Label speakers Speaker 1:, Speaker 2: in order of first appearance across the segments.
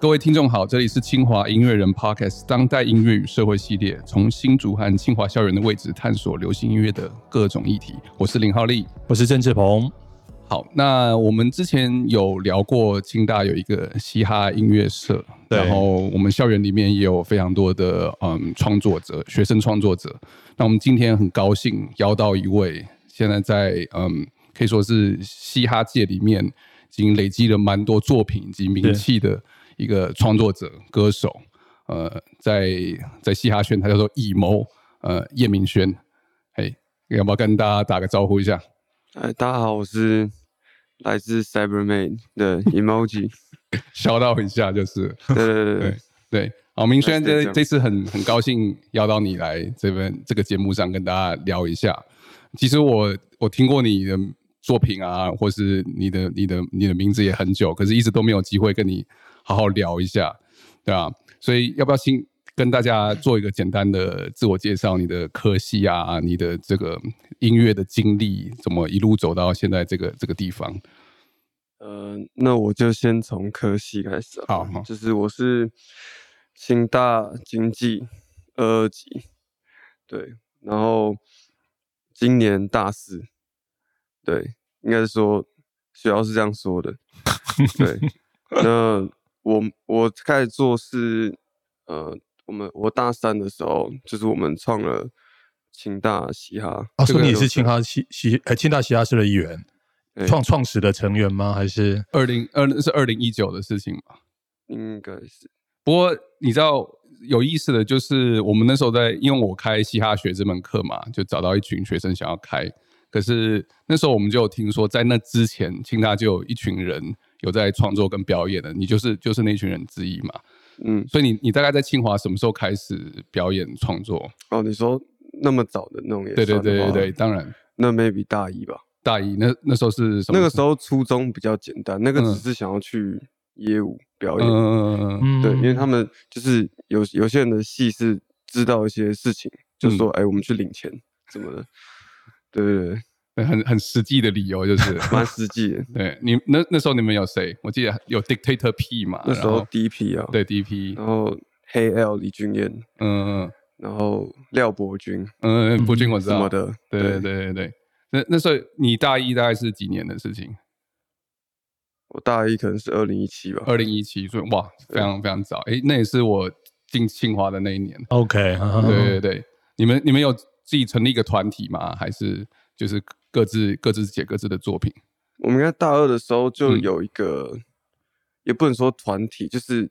Speaker 1: 各位听众好，这里是清华音乐人 Podcast 当代音乐与社会系列，从新竹和清华校园的位置探索流行音乐的各种议题。我是林浩利。
Speaker 2: 我是郑志鹏。
Speaker 1: 好，那我们之前有聊过清大有一个嘻哈音乐社，
Speaker 2: 对
Speaker 1: 然后我们校园里面也有非常多的嗯创作者，学生创作者。那我们今天很高兴邀到一位现在在嗯可以说是嘻哈界里面已经累积了蛮多作品以及名气的一个创作者歌手，呃，在在嘻哈圈他叫做艺谋，呃，叶明轩，嘿，要不要跟大家打个招呼一下？
Speaker 3: 哎，大家好，我是来自 Cyberman 的 Emoji。
Speaker 1: 笑到一下就是了。
Speaker 3: 对对对
Speaker 1: 对
Speaker 3: 对，
Speaker 1: 对，好，明轩
Speaker 3: 那是这
Speaker 1: 这
Speaker 3: 样
Speaker 1: 这次很很高兴邀到你来这边这个节目上跟大家聊一下。其实我我听过你的作品啊，或是你的你的你的名字也很久，可是一直都没有机会跟你好好聊一下，对吧、所以要不要先跟大家做一个简单的自我介绍？你的科系啊，你的这个音乐的经历，怎么一路走到现在这个这个地方？
Speaker 3: 呃，那我就先从科系开始啊。
Speaker 1: 好好
Speaker 3: 就是我是清大经济二级，对，然后今年大四，对，应该是说学校是这样说 的，对。那我我开始做是，呃，我们我大三的时候，就是我们创了清大嘻哈，
Speaker 2: 哦，
Speaker 1: 这个
Speaker 2: 所以你
Speaker 1: 就是
Speaker 2: 是清哈嘻嘻呃清大嘻哈社的一员，
Speaker 3: 对
Speaker 2: 创创始的成员吗？还是
Speaker 1: 二零二是二零一九的事情吗？
Speaker 3: 应该是
Speaker 1: 不过你知道有意思的就是，我们那时候在，因为我开嘻哈学这门课嘛，就找到一群学生想要开。可是那时候我们就有听说，在那之前，清大就有一群人有在创作跟表演的，你就是就是那群人之一嘛。
Speaker 3: 嗯，
Speaker 1: 所以你你大概在清华什么时候开始表演创作？
Speaker 3: 哦，你说那么早的那种也
Speaker 1: 对对
Speaker 3: 算的
Speaker 1: 对对
Speaker 3: 话
Speaker 1: 对，，当然
Speaker 3: 那 maybe 大一吧，
Speaker 1: 大一那那时候是什么？
Speaker 3: 那个时候初中比较简单，那个
Speaker 1: 嗯
Speaker 3: 只是想要去业务表演，
Speaker 1: 嗯，嗯
Speaker 2: 嗯，
Speaker 3: 对，因为他们就是有有些人的戏是知道一些事情，就
Speaker 1: 嗯
Speaker 3: 说哎、我们去领钱什么的，对对对，
Speaker 1: 嗯，很很实际的理由 就是，
Speaker 3: 蛮实际 的，
Speaker 1: 对你那那时候你们有谁？我记得有 Dictator P 嘛，
Speaker 3: 那时
Speaker 1: 然
Speaker 3: 候
Speaker 1: 后
Speaker 3: 第一批啊，，
Speaker 1: 对 DP，
Speaker 3: 然后黑 L 李俊彦，
Speaker 1: 嗯嗯
Speaker 3: 然后廖伯君
Speaker 1: 嗯，嗯，博君我知
Speaker 3: 什
Speaker 1: 道
Speaker 3: 么，的，
Speaker 1: 对对对对对。那那时候你大一大概是几年的事情？
Speaker 3: 我大一可能是二零一七吧，
Speaker 1: 二零一七，所以哇，非常非常早。诶，那也是我进清华的那一年。
Speaker 2: OK，哈哈哈
Speaker 1: 对对对，你们你们有自己成立一个团体吗？还是就是各自各自写各自的作品？
Speaker 3: 我们应该大二的时候就
Speaker 1: 嗯
Speaker 3: 有一个，也不能说团体，就是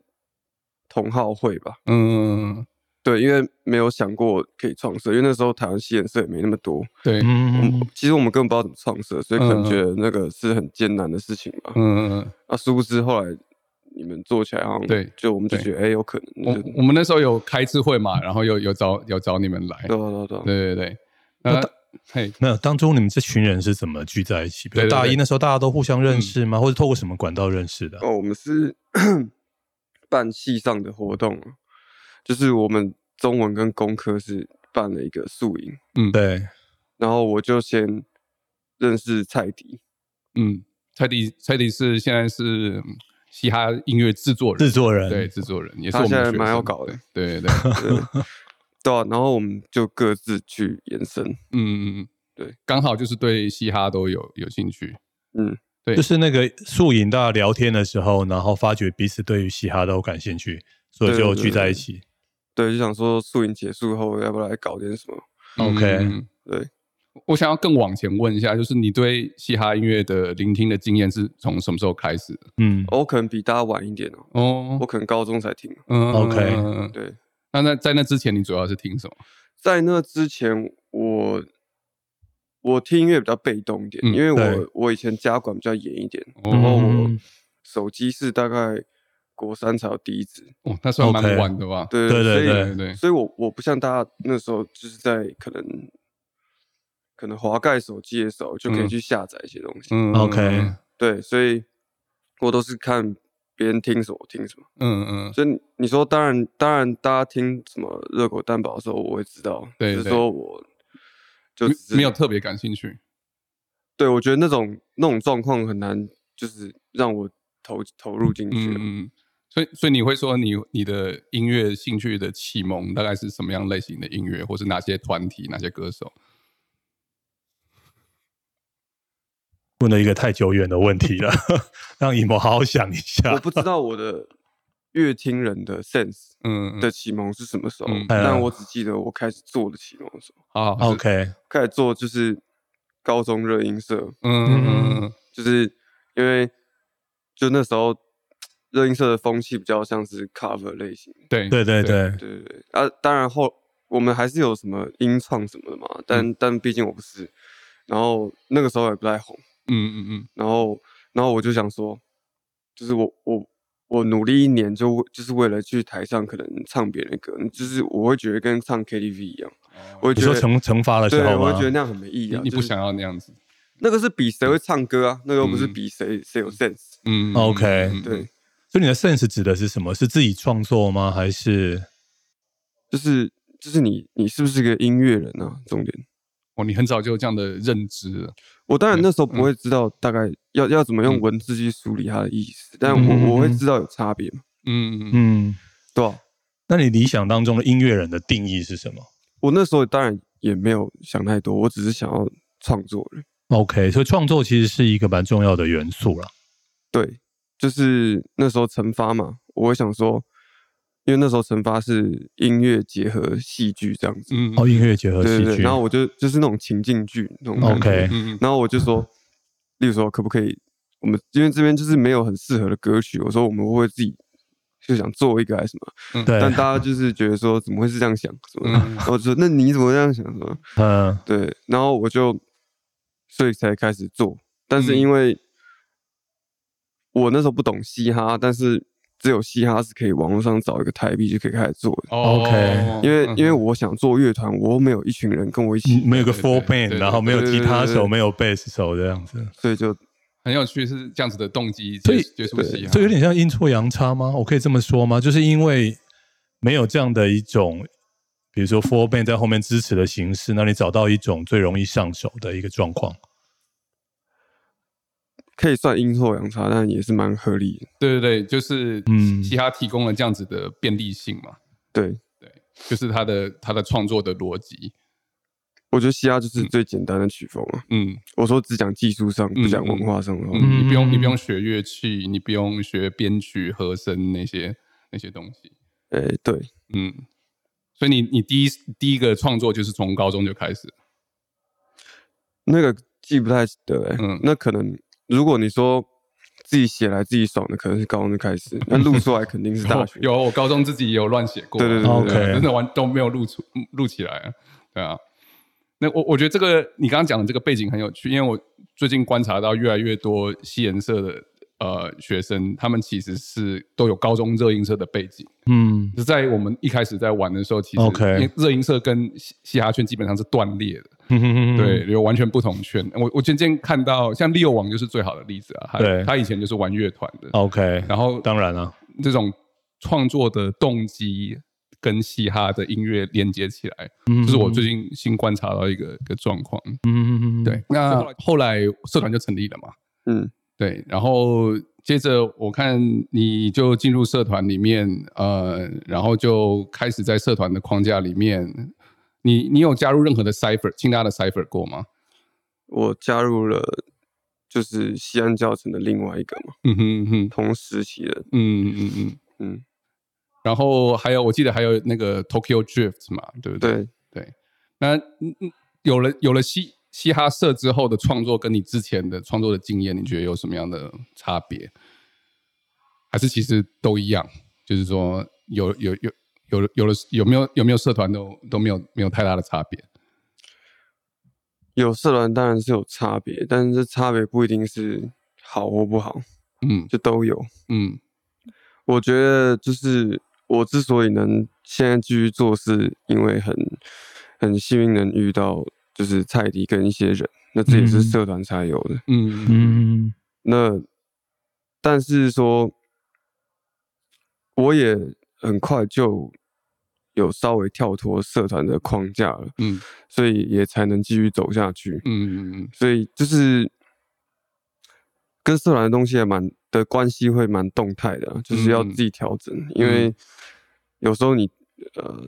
Speaker 3: 同好会吧。
Speaker 1: 嗯，
Speaker 3: 对，因为没有想过可以创社，因为那时候台湾西演社也没那么多。
Speaker 1: 对，嗯
Speaker 2: 嗯，
Speaker 3: 其实我们根本不知道怎么创社，所以可
Speaker 1: 嗯嗯
Speaker 3: 能觉得那个是很艰难的事情吧。
Speaker 1: 嗯，
Speaker 3: 啊，殊不知后来你们做起来，好像
Speaker 1: 对
Speaker 3: 就我们就
Speaker 1: 对哦
Speaker 3: 觉得哎、有可能，
Speaker 1: 我
Speaker 3: 就
Speaker 1: 我们那时候有开次会嘛，然后有有找有找你们来。
Speaker 3: 对啊对啊对啊，
Speaker 1: 对对对，
Speaker 2: 那
Speaker 1: 哦那
Speaker 2: 当
Speaker 1: 嘿，
Speaker 2: 那当初你们这群人是怎么聚在一起？比
Speaker 1: 对
Speaker 2: 如
Speaker 1: 对
Speaker 2: 大一
Speaker 1: 对
Speaker 2: 那时候大家都互相认识吗？或者透过什么管道认识的？
Speaker 3: 哦，我们是 办系上的活动啊，就是我们中文跟工科是办了一个宿营。
Speaker 2: 对，
Speaker 3: 然后我就先认识蔡迪，
Speaker 1: 嗯，蔡迪蔡迪是现在是嗯嘻哈音乐制作人，
Speaker 2: 制作人
Speaker 1: 对，制作人也是
Speaker 3: 他
Speaker 1: 我们的
Speaker 3: 现在
Speaker 1: 学
Speaker 3: 蛮
Speaker 1: 生
Speaker 3: 有搞的，
Speaker 1: 对对对，
Speaker 3: 对 对啊，然后我们就各自去延伸，
Speaker 1: 嗯， 嗯
Speaker 3: 对，
Speaker 1: 刚好就是对嘻哈都有有兴趣，
Speaker 3: 嗯，
Speaker 1: 对
Speaker 2: 就是那个宿营大家聊天的时候，然后发觉彼此对于嘻哈都感兴趣，所以
Speaker 3: 对对
Speaker 2: 就
Speaker 3: 对
Speaker 2: 聚在
Speaker 3: 对
Speaker 2: 一起。
Speaker 3: 对，就想说宿营结束后要不要来搞点什么？
Speaker 2: OK
Speaker 1: 嗯
Speaker 3: 对，
Speaker 1: 我想要更往前问一下，就是你对嘻哈音乐的聆听的经验是从什么时候开始的？
Speaker 2: 嗯，
Speaker 3: 哦我可能比大家晚一点哦，
Speaker 1: 哦
Speaker 3: 我可能高中才听，
Speaker 1: 嗯
Speaker 2: OK
Speaker 1: 嗯嗯
Speaker 3: 对，
Speaker 1: 那那在那之前，你主要是听什么？
Speaker 3: 在那之前我。我听音乐比较被动一点，
Speaker 1: 嗯
Speaker 3: 因为
Speaker 2: 对
Speaker 3: 我我以前家管比较严一点，
Speaker 1: 哦
Speaker 3: 然后我
Speaker 2: 嗯
Speaker 3: 手机是大概国三才有第一支，
Speaker 1: 哦，那算蛮
Speaker 2: OK
Speaker 1: 晚的吧？
Speaker 3: 对
Speaker 2: 对对
Speaker 3: 所以
Speaker 2: 对
Speaker 1: 对对
Speaker 3: 所以我我不像大家那时候就是在可能可能滑盖手机的时候就可以
Speaker 1: 嗯
Speaker 3: 去下载一些东西，
Speaker 1: 嗯
Speaker 2: OK
Speaker 1: 嗯
Speaker 3: 对，所以我都是看别人听什么听什么。
Speaker 1: 嗯嗯，
Speaker 3: 所以你你说当然当然大家听什么热狗蛋堡的时候我会知道，
Speaker 1: 对
Speaker 3: 只是
Speaker 1: 对
Speaker 3: 说我就
Speaker 1: 没
Speaker 3: 只是
Speaker 1: 没有特别感兴趣。
Speaker 3: 对我觉得那种那种状况很难就是让我投投入进去。
Speaker 1: 嗯，所以所以你会说你你的音乐兴趣的启蒙大概是什么样类型的音乐，或是哪些团体、哪些歌手？
Speaker 2: 问了一个太久远的问题了，让尹谋好好想一
Speaker 3: 我
Speaker 2: 下。
Speaker 3: 不知道 我的乐听人的 sense
Speaker 1: 嗯，
Speaker 3: 的启蒙是什么时候，
Speaker 1: 嗯
Speaker 3: 但
Speaker 2: 嗯
Speaker 3: 我只记得我开始做的启蒙的时候，
Speaker 1: 好好
Speaker 2: OK，
Speaker 3: 开始做就是高中热音社，
Speaker 1: 嗯嗯嗯
Speaker 3: 就是因为就那时候热音社的风气比较像是 cover 类型，
Speaker 1: 对
Speaker 2: 对对对，
Speaker 3: 对对对啊，当然后我们还是有什么音创什么的
Speaker 1: 嗯
Speaker 3: 嘛，但、但毕竟我不是，然后那个时候也不太红，
Speaker 1: 嗯嗯嗯，
Speaker 3: 然后然后我就想说，就是我我我努力一年就为就是为了去台上可能唱别人的歌，就是我会觉得跟唱 KTV 一样，
Speaker 1: 哦
Speaker 3: 我会
Speaker 2: 你
Speaker 3: 觉
Speaker 2: 说
Speaker 3: 得
Speaker 2: 惩惩罚的时
Speaker 3: 对，
Speaker 2: 候
Speaker 3: 我会
Speaker 2: 吗
Speaker 3: 觉？得那样很没意义
Speaker 1: 你
Speaker 3: 啊，
Speaker 1: 你
Speaker 3: 就
Speaker 1: 不
Speaker 3: 是
Speaker 1: 想要那样子？
Speaker 3: 那个是比谁会唱歌啊，那个又不是
Speaker 1: 嗯
Speaker 3: 比谁谁有 sense，
Speaker 1: 嗯
Speaker 2: OK
Speaker 3: 对，，
Speaker 2: 所以你的 sense 指的是什么？是自己创作吗？还是
Speaker 3: 就是就是你你是不是个音乐人啊？重点。
Speaker 1: 哦，你很早就有这样的认知了，
Speaker 3: 我当然
Speaker 1: 嗯
Speaker 3: 那时候不会知道大概要、要怎么
Speaker 2: 嗯
Speaker 3: 用文字去梳理它的意思，但我我会知道有差别嘛，
Speaker 1: 嗯嗯
Speaker 2: 嗯？
Speaker 3: 对吧、
Speaker 2: 那你理想当中的音乐人的定义是什么
Speaker 3: 我那时候当然也没有想太多，我只是想要创作而已
Speaker 2: ？OK，所以创作其实是一个蛮重要的元素啦。
Speaker 3: 对，就是那时候惩罚嘛，我会想说，因为那时候惩罚是音乐结合戏剧这样子，
Speaker 1: 嗯，
Speaker 2: 哦，音乐结合
Speaker 3: 对
Speaker 2: 戏
Speaker 3: 对对，
Speaker 2: 剧
Speaker 3: 然，后我就就是那种情境剧那种感觉
Speaker 2: OK
Speaker 1: 嗯嗯
Speaker 3: 然后我就说，例如说可不可以，我们因为这边就是没有很适合的歌曲，我说我们会不会自己就想做一个还是什么？
Speaker 2: 对，
Speaker 3: 但大家就是觉得说怎么会是这样想什么的，
Speaker 1: 嗯
Speaker 3: 然后我就说那你怎么这样想什么？
Speaker 2: 嗯
Speaker 3: 对，然后我就所以才开始做，但是
Speaker 1: 嗯
Speaker 3: 因为我那时候不懂嘻哈，但是只有嘻哈是可以网络上找一个台币就可以开始做的，
Speaker 1: 哦
Speaker 2: OK
Speaker 3: 因为
Speaker 1: 嗯
Speaker 3: 因为我想做乐团，我又没有一群人跟我一起，
Speaker 2: 嗯没有个
Speaker 1: 对
Speaker 2: full
Speaker 1: 对
Speaker 2: band，
Speaker 1: 对
Speaker 2: 然后没有
Speaker 3: 对对
Speaker 2: 吉他
Speaker 3: 对对
Speaker 2: 手，没有贝斯手这样子，
Speaker 3: 所以就
Speaker 1: 很有趣，是这样子的动机
Speaker 2: 所
Speaker 1: 接
Speaker 2: 以
Speaker 1: 接触嘻哈，
Speaker 2: 这有点像阴错阳差吗？我可以这么说吗？就是因为没有这样的一种，比如说 four band 在后面支持的形式，那你找到一种最容易上手的一个状况。
Speaker 3: 可以算阴错阳差，但也是蛮合理的。
Speaker 1: 对对对，就是
Speaker 2: 嗯
Speaker 1: 嘻哈提供了这样子的便利性嘛，
Speaker 3: 对，
Speaker 1: 就是他的他的创作的逻辑，
Speaker 3: 我觉得嘻哈就是最简单的曲风啊。
Speaker 1: 嗯
Speaker 3: 我说只讲技术上，不讲
Speaker 1: 嗯
Speaker 3: 文化上的话，
Speaker 1: 嗯，你不用你不
Speaker 2: 嗯
Speaker 1: 用学乐器，你不用学编曲、和声那些那些东西，
Speaker 3: 哎、对，
Speaker 1: 嗯，所以你你第一第一个创作就是从高中就开始，
Speaker 3: 那个记不太得、欸，
Speaker 1: 嗯
Speaker 3: 那可能如果你说自己写来自己爽的，可能是高中就开始，那录出来肯定是大学。
Speaker 1: 有我高中自己也有乱写过，啊
Speaker 3: 对对对
Speaker 2: 对对哦 OK
Speaker 1: 真的完都没有录出录起来，对啊。那我我觉得这个你刚刚讲的这个背景很有趣，因为我最近观察到越来越多西研社的呃学生，他们其实是都有高中热音社的背景。
Speaker 2: 嗯
Speaker 1: 就在我们一开始在玩的时候，其实
Speaker 2: OK
Speaker 1: 因为热音社跟嘻嘻哈圈基本上是断裂的，
Speaker 2: 嗯
Speaker 1: 对，有完全不同圈。我我渐渐看到，像利友王就是最好的例子啊，他
Speaker 2: 对
Speaker 1: 他以前就是玩乐团的，
Speaker 2: ，OK，
Speaker 1: 然后
Speaker 2: 当然啊了，
Speaker 1: 这种创作的动机跟嘻哈的音乐连接起来，这是我最近新观察到一个一个状况。
Speaker 2: 嗯
Speaker 1: 对，那后来社团就成立了嘛，
Speaker 3: 嗯，
Speaker 1: 对，然后接着我看你就进入社团里面，呃，然后就开始在社团的框架里面，你你有加入任何的 cipher 清大的 cipher 过吗？
Speaker 3: 我加入了就是西安教程的另外一个嘛，
Speaker 1: 嗯哼嗯哼，
Speaker 3: 同时期的，
Speaker 1: 嗯嗯嗯。
Speaker 3: 嗯，
Speaker 1: 然后还有，我记得还有那个 Tokyo Drift 嘛，对不对？
Speaker 3: 对，
Speaker 1: 对，那嗯嗯，有了有了嘻嘻哈社之后的创作，跟你之前的创作的经验，你觉得有什么样的差别？还是其实都一样？就是说有有有有有了有没有有没有社团都都没有没有太大的差别？
Speaker 3: 有社团当然是有差别，但是这差别不一定是好或不好，
Speaker 1: 嗯
Speaker 3: 就都有。
Speaker 1: 嗯
Speaker 3: 我觉得就是我之所以能现在继续做，是因为很很幸运能遇到就是蔡迪跟一些人，那这也是
Speaker 2: 嗯
Speaker 3: 社团才有的。
Speaker 1: 嗯嗯
Speaker 2: 嗯
Speaker 3: 那但是说，我也很快就有稍微跳脱社团的框架了，
Speaker 1: 嗯
Speaker 3: 所以也才能继续走下去。
Speaker 1: 嗯嗯
Speaker 3: 所以就是跟社团的东西也蛮的关系会蛮动态的啊，就是要
Speaker 1: 嗯
Speaker 3: 自己调整，因为有时候你呃，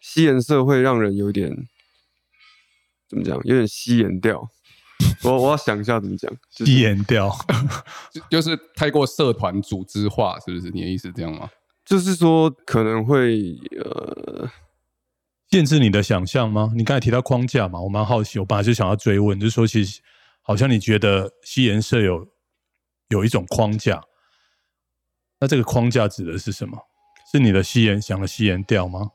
Speaker 3: 吸颜色会让人有点怎么讲，有点吸眼掉。我我要想一下怎么讲，就是
Speaker 2: 一眼掉，
Speaker 1: 就就是太过社团组织化，是不是？你的意思这样吗？
Speaker 3: 就是说可能会呃，
Speaker 2: 限制你的想象吗？你刚才提到框架嘛，我蛮好奇，我本来就想要追问，就是说，其实好像你觉得西颜社有有一种框架，那这个框架指的是什么？是你的西颜想的西颜调吗？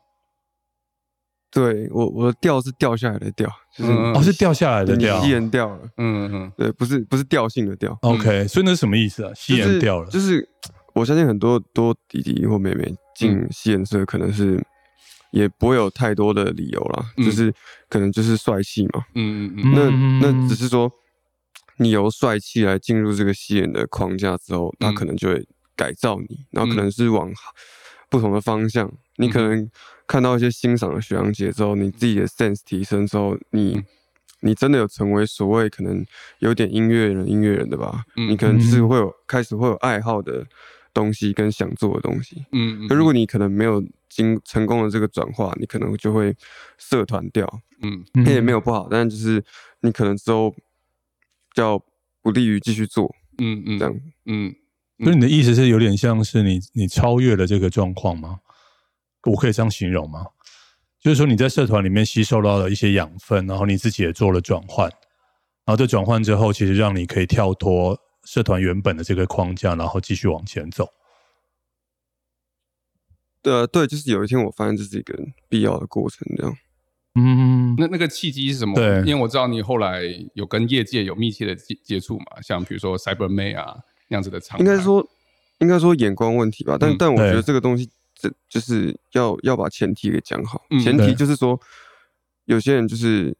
Speaker 3: 对我我的调是掉下来的调，就是
Speaker 1: 嗯
Speaker 2: 哦，是掉下来的
Speaker 3: 你
Speaker 2: 调
Speaker 3: 吸。颜掉了，
Speaker 1: 嗯嗯
Speaker 3: 对，不是不是调性的调，
Speaker 2: OK，、所以那是什么意思啊？西
Speaker 3: 嗯就是
Speaker 2: 颜掉了，
Speaker 3: 就是我相信很多多弟弟或妹妹进
Speaker 2: 嗯
Speaker 3: 吸颜社，可能是也不会有太多的理由啦，
Speaker 1: 嗯
Speaker 3: 就是可能就是帅气嘛。
Speaker 1: 嗯嗯嗯
Speaker 3: 那
Speaker 2: 嗯
Speaker 3: 那只是说，你由帅气来进入这个吸引的框架之后，他
Speaker 1: 嗯
Speaker 3: 可能就会改造你，然后可
Speaker 1: 嗯
Speaker 3: 能是往不同的方向。你可能看到一些欣赏的学长姐之后，你自己的 sense 提升之后，
Speaker 1: 嗯
Speaker 3: 你你真的有成为所谓可能有点音乐人音乐人的吧？
Speaker 1: 嗯
Speaker 3: 你可能是
Speaker 2: 嗯
Speaker 3: 会有开始会有爱好的东西跟想做的东西。
Speaker 1: 嗯嗯。
Speaker 3: 可如果你可能没有经成功的这个转化，你可能就会社团掉，
Speaker 1: 嗯
Speaker 3: 那也没
Speaker 2: 有，
Speaker 3: 有不好，但就是你可能之后比较不利于继续做
Speaker 1: 嗯嗯
Speaker 3: 这样。
Speaker 1: 嗯
Speaker 2: 所以你的意思是有点像是你你超越了这个状况吗？我可以这样形容吗？就是说你在社团里面吸收到了一些养分，然后你自己也做了转换，然后这转换之后，其实让你可以跳脱社团原本的这个框架，然后继续往前走。
Speaker 3: 呃，对，就是有一天我发现这是一个必要的过程，这样。
Speaker 2: 嗯，
Speaker 1: 那那个契机是什么？
Speaker 2: 对
Speaker 1: 因为我知道你后来有跟业界有密切的接接触嘛，像比如说 Cyber May 啊那样子的厂牌，
Speaker 3: 应该说，应该说眼光问题吧。但、
Speaker 1: 嗯
Speaker 3: 但我觉得
Speaker 2: 对
Speaker 3: 这个东西，这就是要要把前提给讲好。
Speaker 1: 嗯
Speaker 3: 前
Speaker 2: 对
Speaker 3: 提就是说，有些人就是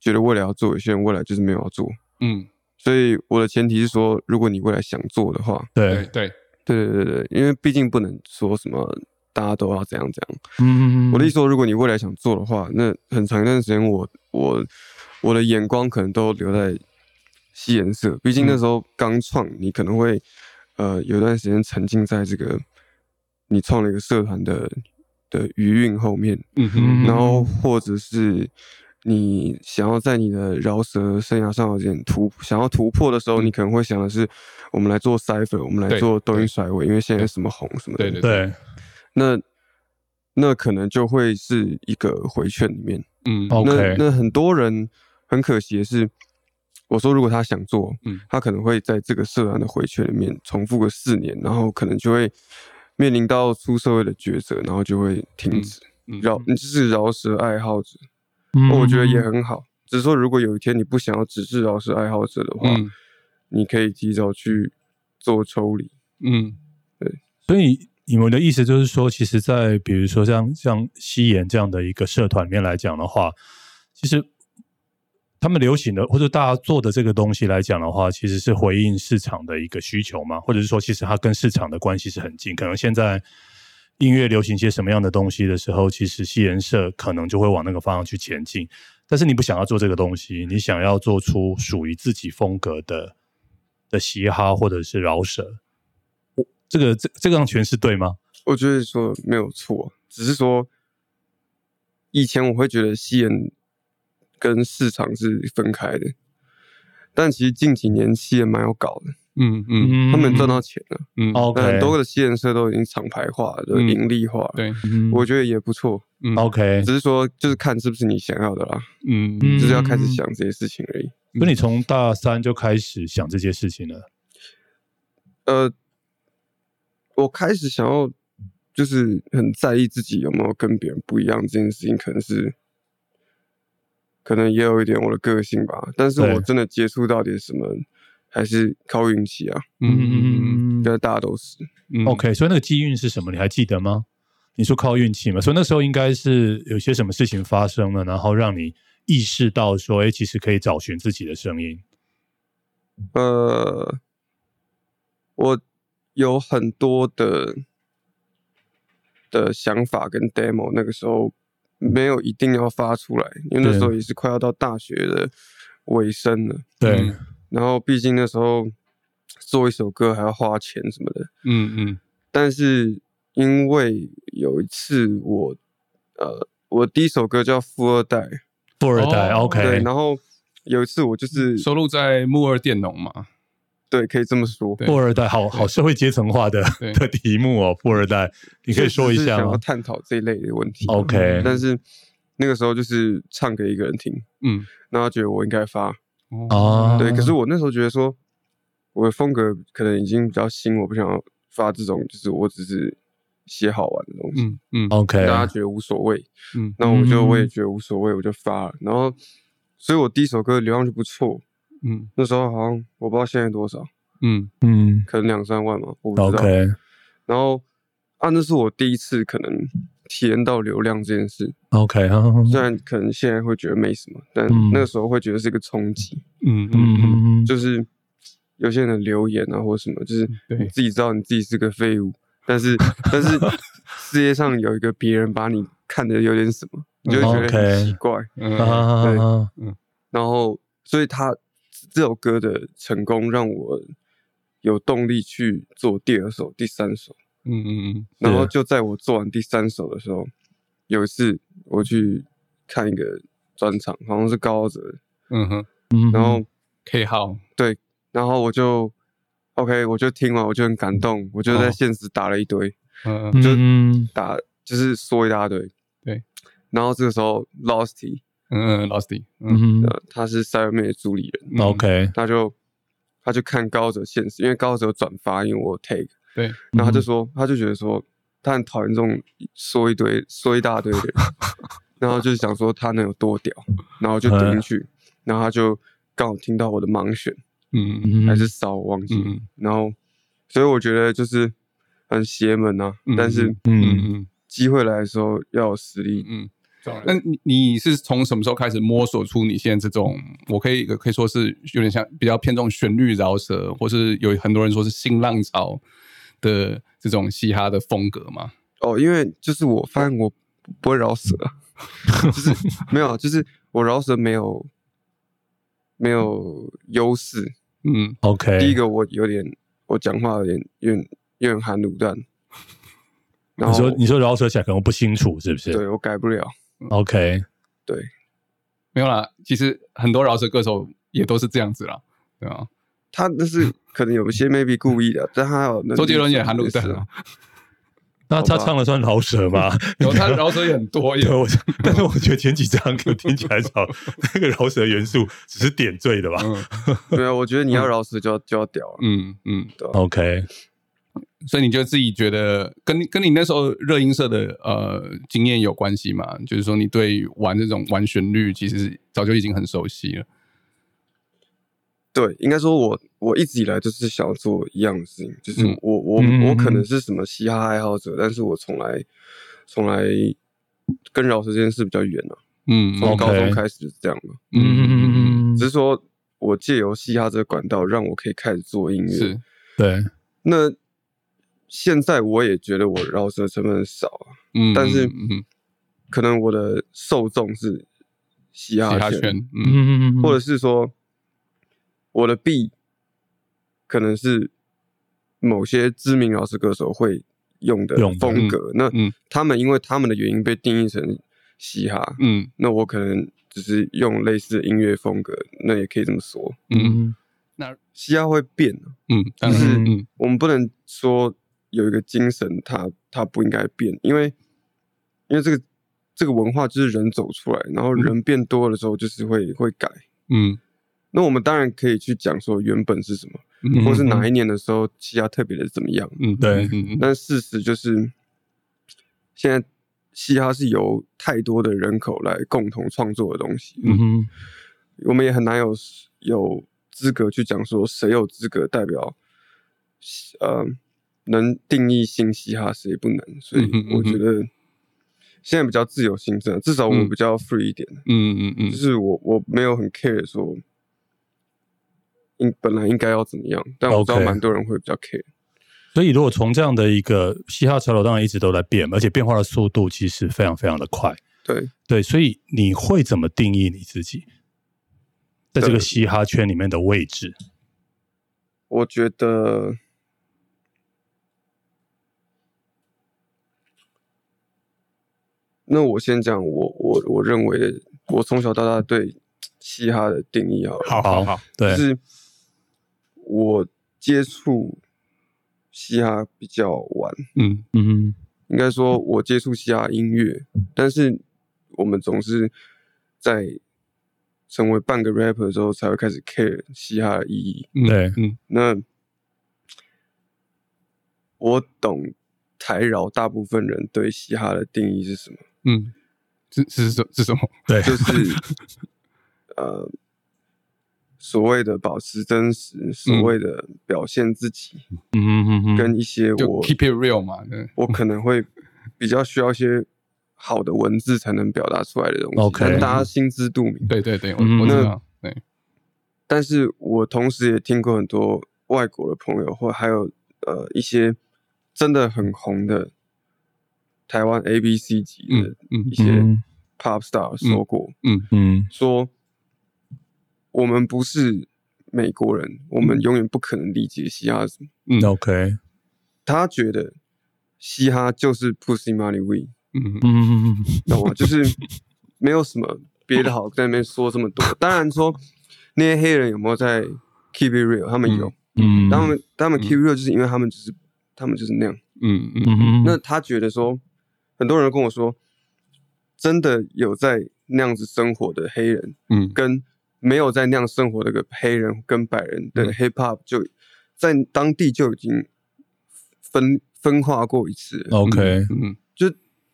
Speaker 3: 觉得未来要做，有些人未来就是没有要做。
Speaker 1: 嗯，
Speaker 3: 所以我的前提是说，如果你未来想做的话，
Speaker 1: 对
Speaker 2: 对，
Speaker 1: 对，
Speaker 3: 对对对对，因为毕竟不能说什么大家都要怎样怎样。
Speaker 2: 嗯
Speaker 3: 我的意思说，如果你未来想做的话，那很长一段时间我，我我的眼光可能都留在西颜色，毕竟那时候刚创，你可能会呃有一段时间沉浸在这个你创了一个社团的的余韵后面，
Speaker 1: 嗯哼，
Speaker 2: 嗯
Speaker 3: 然后或者是你想要在你的饶舌生涯上有点突想要突破的时候，你可能会想的是，我们来做 cipher，我们来
Speaker 1: 对
Speaker 3: 做抖
Speaker 1: 对
Speaker 3: 音甩尾，因为现在什么红什么
Speaker 1: 对
Speaker 3: 的，
Speaker 1: 对
Speaker 2: 对，
Speaker 3: 那那可能就会是一个回圈里面。
Speaker 1: 嗯
Speaker 2: 哦 OK
Speaker 3: 那那很多人很可惜的是，我说如果他想做，
Speaker 1: 嗯
Speaker 3: 他可能会在这个社团的回圈里面重复个四年，然后可能就会面临到出社会的抉择，然后就会停止。
Speaker 1: 嗯
Speaker 3: 饶你就是饶舌爱好者，
Speaker 2: 嗯
Speaker 3: 我觉得也很好。只是说，如果有一天你不想要只是饶舌爱好者的话，
Speaker 1: 嗯
Speaker 3: 你可以提早去做抽离。
Speaker 1: 嗯
Speaker 2: 所以你们的意思就是说，其实，在比如说像像西演这样的一个社团里面来讲的话，其实他们流行的或者大家做的这个东西来讲的话，其实是回应市场的一个需求嘛，或者是说，其实它跟市场的关系是很近。可能现在音乐流行些什么样的东西的时候，其实西研社可能就会往那个方向去前进。但是你不想要做这个东西，你想要做出属于自己风格的的嘻哈或者是饶舌，我这个这这个样诠释对吗？
Speaker 3: 我觉得说没有错，只是说以前我会觉得吸烟跟市场是分开的，但其实近几年吸烟蛮有搞的，
Speaker 1: 嗯嗯
Speaker 2: 嗯
Speaker 3: 他们赚到钱了，
Speaker 1: 嗯，
Speaker 2: OK，
Speaker 3: 那很多的吸烟社都已经厂牌化了，都
Speaker 1: 嗯
Speaker 3: 盈利化了。
Speaker 1: 对，
Speaker 2: 嗯
Speaker 3: 我觉得也不错，
Speaker 1: 嗯
Speaker 2: OK，
Speaker 3: 只是说就是看是不是你想要的啦，
Speaker 1: 嗯
Speaker 2: 嗯
Speaker 3: 就是要开始想这些事情而已。
Speaker 2: 所以你从大三就开始想这些事情了。
Speaker 3: 呃，我开始想要就是很在意自己有没有跟别人不一样这件事情，可能是，可能也有一点我的个性吧。但是
Speaker 2: 对
Speaker 3: 我真的接触到点什么，还是靠运气啊，
Speaker 1: 嗯嗯
Speaker 3: 觉得大家都是。
Speaker 1: 嗯
Speaker 2: OK，所以那个机运是什么？你还记得吗？你说靠运气嘛，所以那时候应该是有些什么事情发生了，然后让你意识到说，哎，其实可以找寻自己的声音。
Speaker 3: 呃，我有很多的的想法跟 demo，那个时候没有一定要发出来，因为那
Speaker 2: 对
Speaker 3: 时候也是快要到大学的尾声了。
Speaker 2: 对，
Speaker 1: 嗯
Speaker 3: 然后毕竟那时候做一首歌还要花钱什么的，
Speaker 1: 嗯嗯
Speaker 3: 但是因为有一次我，呃，我第一首歌叫《富二代》，
Speaker 2: 富二代
Speaker 1: 哦
Speaker 3: 对，
Speaker 2: ，OK，
Speaker 3: 然后有一次我就是
Speaker 1: 嗯，收录在木二电农嘛，
Speaker 3: 对，可以这么说，
Speaker 1: 对
Speaker 2: 富二代，好好社会阶层化的
Speaker 1: 对
Speaker 2: 的题目哦，富二代，你可以说一
Speaker 3: 确实是
Speaker 2: 下
Speaker 3: 想要
Speaker 2: 吗
Speaker 3: 探讨这一类的问题。嗯
Speaker 2: ？OK，
Speaker 3: 但是那个时候就是唱给一个人听，
Speaker 1: 嗯，
Speaker 3: 那他觉得我应该发，
Speaker 2: 哦
Speaker 3: 啊对。可是我那时候觉得说，我的风格可能已经比较新，我不想要发这种，就是我只是写好玩的东西，
Speaker 1: 嗯嗯
Speaker 2: OK，
Speaker 3: 大家觉得无所谓。
Speaker 1: 嗯
Speaker 3: 那我就
Speaker 2: 哎嗯
Speaker 3: 我也觉得无所谓，我就发了。然后，所以我第一首歌流量就不错，
Speaker 1: 嗯
Speaker 3: 那时候好像我不知道现在多少，
Speaker 1: 嗯
Speaker 2: 嗯
Speaker 3: 可能两三万嘛，我不知道。
Speaker 2: ，OK，
Speaker 3: 然后啊，那是我第一次可能体验到流量这件事，
Speaker 2: OK，好好好
Speaker 3: 虽然可能现在会觉得没什么，但
Speaker 2: 嗯
Speaker 3: 那个时候会觉得是一个冲击，
Speaker 1: 嗯
Speaker 2: 嗯
Speaker 1: 嗯
Speaker 2: 嗯嗯，
Speaker 3: 就是有些人的留言啊或什么，就是
Speaker 1: 对
Speaker 3: 你自己知道你自己是个废物，但 是但是世界上有一个别人把你看得有点什么，你就会觉得很
Speaker 2: OK
Speaker 3: 奇怪。
Speaker 1: 嗯
Speaker 2: 啊
Speaker 1: 嗯，
Speaker 2: 啊啊啊啊
Speaker 3: 然后，所以他这首歌的成功让我有动力去做第二首、第三首。
Speaker 1: 嗯嗯
Speaker 3: 然后
Speaker 2: 是
Speaker 3: 就在我做完第三首的时候，有一次我去看一个专场，好像是高泽，
Speaker 1: 嗯哼
Speaker 2: 嗯，
Speaker 3: 然后
Speaker 1: ，K 号，
Speaker 3: 然后我就 OK，我就听完我就很感动，我就在
Speaker 1: 哦
Speaker 3: 现实打了一堆，
Speaker 1: 嗯
Speaker 2: 嗯
Speaker 1: 嗯
Speaker 3: 就
Speaker 2: 嗯
Speaker 3: 打就是说一大堆。
Speaker 1: 对。
Speaker 3: 然后这个时候，Losty，
Speaker 1: 嗯，Losty，嗯
Speaker 2: 嗯嗯
Speaker 3: 呃，他是 Siren 妹的主理人，
Speaker 1: 嗯
Speaker 2: ，OK，
Speaker 3: 他就他就看高泽现实，因为高泽有转发，因为我 take，
Speaker 1: 对，嗯
Speaker 3: 然后他就说，他就觉得说，他很讨厌这种说一堆说一大堆 的人，然后就是想说他能有多屌，然后就点进去，然后他就刚好听到我的盲选
Speaker 1: 嗯嗯
Speaker 2: 嗯
Speaker 3: 还是少，我忘记了，
Speaker 1: 嗯嗯
Speaker 3: 然后所以我觉得就是很邪门啊，
Speaker 1: 嗯
Speaker 3: 但是
Speaker 2: 嗯
Speaker 1: 嗯
Speaker 3: 机会来的时候要有实力，
Speaker 1: 嗯嗯，那你你是从什么时候开始摸索出你现在这种，我可以可以说是有点像比较偏重旋律饶舌，或是有很多人说是新浪潮的这种嘻哈的风格嘛？
Speaker 3: 哦，因为就是我发现我不会饶舌啊， 就是没有啊，就是我饶舌没有没有优势。
Speaker 1: 嗯
Speaker 2: ，OK，
Speaker 3: 第一个我有点，我讲话有点有点有点含卤蛋，然
Speaker 2: 你
Speaker 3: 后
Speaker 2: 说你说饶舌起来可能不清楚是不是
Speaker 3: 对我改不了，
Speaker 2: ？OK，
Speaker 1: 没有啦，其实很多饶舌歌手也都是这样子啦，对啊，
Speaker 3: 他那是可能有一些 maybe 故意的，但他有能力
Speaker 1: 周杰伦也
Speaker 3: 做
Speaker 1: 含卤
Speaker 3: 这件
Speaker 1: 蛋
Speaker 3: 事
Speaker 1: 啊
Speaker 3: 啊，，
Speaker 2: 那他
Speaker 3: 好吧哎
Speaker 2: 唱的算饶舌 吗？
Speaker 1: 有他饶舌也很多，也
Speaker 2: 对，我但是我觉得前几张歌听起来少 那个饶舌元素只是点缀的吧。
Speaker 1: 嗯
Speaker 3: 没有，啊我觉得你要饶舌就要就要屌啊，
Speaker 1: 嗯嗯，
Speaker 2: OK，
Speaker 1: 所以你就自己觉得跟跟你那时候热音社的呃经验有关系嘛？就是说你对玩这种玩旋律，其实早就已经很熟悉了。
Speaker 3: 对，应该说我我一直以来就是想要做一样的事情，就是
Speaker 1: 嗯
Speaker 3: 我我
Speaker 2: 嗯嗯
Speaker 3: 我可
Speaker 2: 嗯
Speaker 3: 能是什么嘻哈爱好者，但是我从来从来跟饶舌这件事比较远啊，
Speaker 1: 嗯
Speaker 3: 从高中
Speaker 2: OK
Speaker 3: 开始就是这样嘛。
Speaker 1: 嗯嗯嗯嗯，
Speaker 3: 只是说我借由嘻哈这个管道，让我可以开始做音乐。
Speaker 1: 嗯是，
Speaker 2: 对，
Speaker 3: 那现在我也觉得我饶舌成分少啊，
Speaker 1: 嗯，
Speaker 3: 但是
Speaker 1: 嗯，
Speaker 3: 可能我的受众是嘻
Speaker 1: 嘻
Speaker 3: 哈
Speaker 1: 哈
Speaker 3: 圈，
Speaker 1: 圈，嗯
Speaker 2: 嗯
Speaker 3: 或者是说我的 B 可能是某些知名饶舌歌手会用的
Speaker 2: 用的
Speaker 3: 风格，那
Speaker 1: 嗯
Speaker 3: 他们因为他们的原因被定义成嘻哈，
Speaker 1: 嗯
Speaker 3: 那我可能只是用类似的音乐风格，那也可以这么说，
Speaker 1: 嗯
Speaker 3: 嘻哈会变啊，
Speaker 1: 嗯，当然，嗯
Speaker 3: 我们不能说有一个精神它它不应该变，因为因为这个。这个文化就是人走出来，然后
Speaker 2: 嗯
Speaker 3: 人变多的时候，就是会、会改。
Speaker 1: 嗯
Speaker 3: 那我们当然可以去讲说原本是什么，
Speaker 1: 嗯，
Speaker 3: 或是哪一年的时候气压特别的怎么样。
Speaker 1: 嗯，嗯
Speaker 3: 但事实就是，现在嘻哈是由太多的人口来共同创作的东西，
Speaker 2: 嗯哼
Speaker 3: 我们也很难有有资格去讲说谁有资格代表，呃，能定义新嘻哈谁不能。所以
Speaker 1: 嗯哼嗯哼
Speaker 3: 我觉得现在比较自由新政，至少我
Speaker 1: 嗯
Speaker 3: 比较 free 一点。
Speaker 1: 嗯嗯嗯
Speaker 3: 就是我我没有很 care 说，应本来应该要怎么样，但我知道
Speaker 2: OK
Speaker 3: 蛮多人会比较 care。
Speaker 2: 所以如果从这样的一个嘻哈潮流，当然一直都在变，而且变化的速度其实非常非常的快。
Speaker 3: 对，
Speaker 2: 对，所以你会怎么定义你自己？在这个
Speaker 3: 对
Speaker 2: 嘻哈圈里面的位置？
Speaker 3: 我觉得那我先讲我我我认为的，我从小到大对嘻哈的定义好了，
Speaker 1: 好好好，
Speaker 2: 对
Speaker 3: 就，是我接触嘻哈比较晚，
Speaker 1: 嗯
Speaker 2: 嗯
Speaker 3: 应该说我接触嘻哈音乐，但是我们总是在成为半个 rapper 之后才会开始 care 嘻哈的意义。
Speaker 1: 嗯，
Speaker 2: 对
Speaker 1: 嗯
Speaker 3: 那我懂台饶大部分人对嘻哈的定义是什么？
Speaker 1: 嗯，是是什是什么？
Speaker 2: 对，
Speaker 3: 就是呃，所谓的保持真实，所谓的表现自己，
Speaker 2: 嗯嗯嗯嗯，
Speaker 3: 跟一些
Speaker 1: 就
Speaker 3: 我
Speaker 1: keep it real 嘛，对，
Speaker 3: 我可能会比较需要一些好的文字才能表达出来的东西
Speaker 2: OK
Speaker 3: 但大家心知肚明。
Speaker 1: 对对对，我
Speaker 2: 嗯
Speaker 1: 我知
Speaker 3: 那
Speaker 1: 道，对，
Speaker 3: 但是我同时也听过很多外国的朋友，或还有呃一些真的很红的台湾 A B C 级
Speaker 1: 嗯
Speaker 3: 的
Speaker 1: 嗯
Speaker 3: 一些 pop star 说过，
Speaker 1: 嗯
Speaker 2: 嗯
Speaker 3: 说我们不是美国人，我
Speaker 1: 嗯
Speaker 3: 们永远不可能理解嘻哈是什么。
Speaker 2: 嗯，OK，嗯
Speaker 3: 他觉得嘻哈就是 Pussy Money We，
Speaker 1: 嗯嗯
Speaker 2: 嗯嗯嗯
Speaker 3: 懂吗？就是没有什么别的好在那边说这么多。当然说那些黑人有没有在 keep it real，他们有，
Speaker 2: 嗯，
Speaker 3: 但他们他们 keep it real 就是因为他们就是他们就是那样。
Speaker 1: 嗯嗯
Speaker 2: 嗯嗯
Speaker 3: 那他觉得说，很多人跟我说，真的有在那样子生活的黑人，
Speaker 1: 嗯
Speaker 3: 跟没有在那样生活的个黑人跟白人的
Speaker 1: 嗯
Speaker 3: hip hop 就在当地就已经分分化过一次
Speaker 2: 哦
Speaker 3: 了，
Speaker 2: OK，
Speaker 1: 嗯
Speaker 3: 就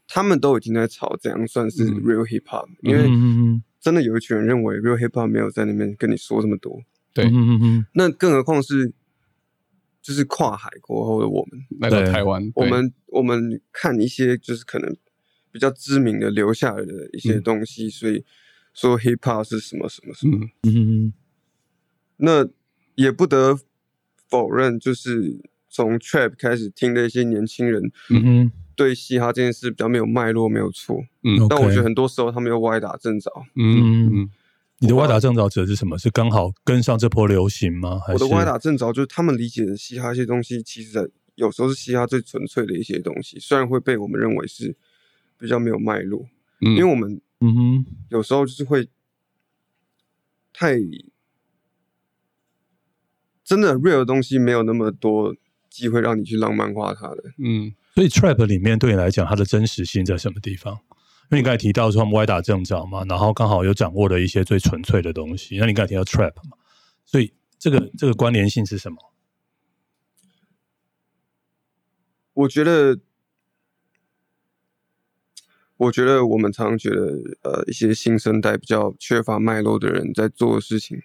Speaker 3: 他们都已经在吵怎样算是
Speaker 1: 嗯
Speaker 3: real hip hop，、
Speaker 2: 嗯
Speaker 3: 因为
Speaker 2: 嗯
Speaker 3: 真的有一群人认为 real hip hop 没有在那边跟你说这么多，
Speaker 1: 对
Speaker 2: 嗯嗯嗯
Speaker 3: 那更何况是就是跨海过后的我们，
Speaker 1: 来到
Speaker 2: 对
Speaker 1: 台湾，
Speaker 3: 我
Speaker 1: 对
Speaker 3: 们我们看一些就是可能比较知名的留下来的一些
Speaker 1: 嗯
Speaker 3: 东西，所以说 hip hop 是什么什么什么。
Speaker 1: 嗯
Speaker 2: 嗯
Speaker 3: 那也不得否认，就是从 trap 开始听的一些年轻人
Speaker 2: 嗯
Speaker 3: 对嘻哈这件事比较没有脉络，没有错。
Speaker 1: 嗯
Speaker 2: OK
Speaker 3: 但我觉得很多时候他们又歪打正着。
Speaker 1: 嗯嗯
Speaker 2: 你的歪打正着指的是什么？是刚好跟上这波流行吗？还呃
Speaker 3: 我
Speaker 2: 是
Speaker 3: 的歪打正着就是他们理解的嘻哈一些东西，其实在有时候是嘻哈最纯粹的一些东西，虽然会被我们认为是比较没有脉络，
Speaker 1: 嗯，
Speaker 3: 因为我们
Speaker 2: 嗯哼
Speaker 3: 有时候就是会太真的 real 的东西没有那么多机会让你去浪漫化它的。
Speaker 1: 嗯
Speaker 2: 所以 trap 里面对你来讲，它的真实性在什么地方？因为你刚才提到说他们歪打正着嘛，然后刚好有掌握了一些最纯粹的东西。那你刚才提到 trap 嘛，所以
Speaker 1: 嗯
Speaker 2: 这个这个关联性是什么？
Speaker 3: 我觉得，我觉得我们常常觉得，呃，一些新生代比较缺乏脉络的人在做的事情，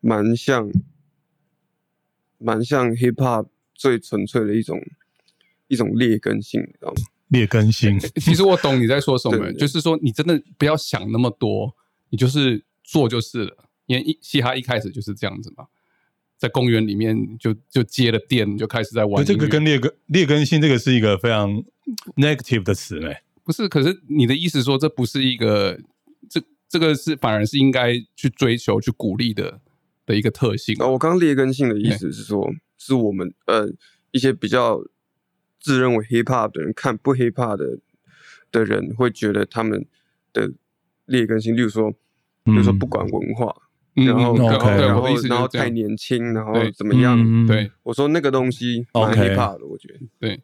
Speaker 3: 蛮像，蛮像 hip hop 最纯粹的一种一种劣根性，你知道吗？
Speaker 2: 劣根性，
Speaker 1: 其实我懂你在说什么，
Speaker 3: 对
Speaker 1: 就是说你真的不要想那么多，你就是做就是了。因为一嘻哈一开始就是这样子嘛，在公园里面就就接了电，就开始在玩
Speaker 2: 这
Speaker 1: 音乐。
Speaker 2: 个跟劣根劣根性这个是一个非常 negative 的词哎嘞。
Speaker 1: 不是，可是你的意思说这不是一个这这个是反而是应该去追求、去鼓励的的一个特性。
Speaker 3: 哦，我刚刚劣根性的意思是说，是我们呃一些比较自认为 hip hop 的人看不 hip hop 的的人会觉得他们的劣根性，例如说，比如说
Speaker 2: 嗯
Speaker 3: 不管文化，
Speaker 1: 嗯，
Speaker 3: 然后
Speaker 1: 对
Speaker 2: OK，
Speaker 1: 对
Speaker 3: 然
Speaker 1: 我
Speaker 3: 后
Speaker 1: 的意思就
Speaker 3: 然后
Speaker 1: 是这
Speaker 3: 太
Speaker 1: 样。
Speaker 3: 年轻，然后
Speaker 1: 对
Speaker 3: 怎么样？
Speaker 2: 嗯
Speaker 1: 对
Speaker 3: 我说那个东西蛮
Speaker 2: OK
Speaker 3: hip hop 的，我觉得
Speaker 1: 对，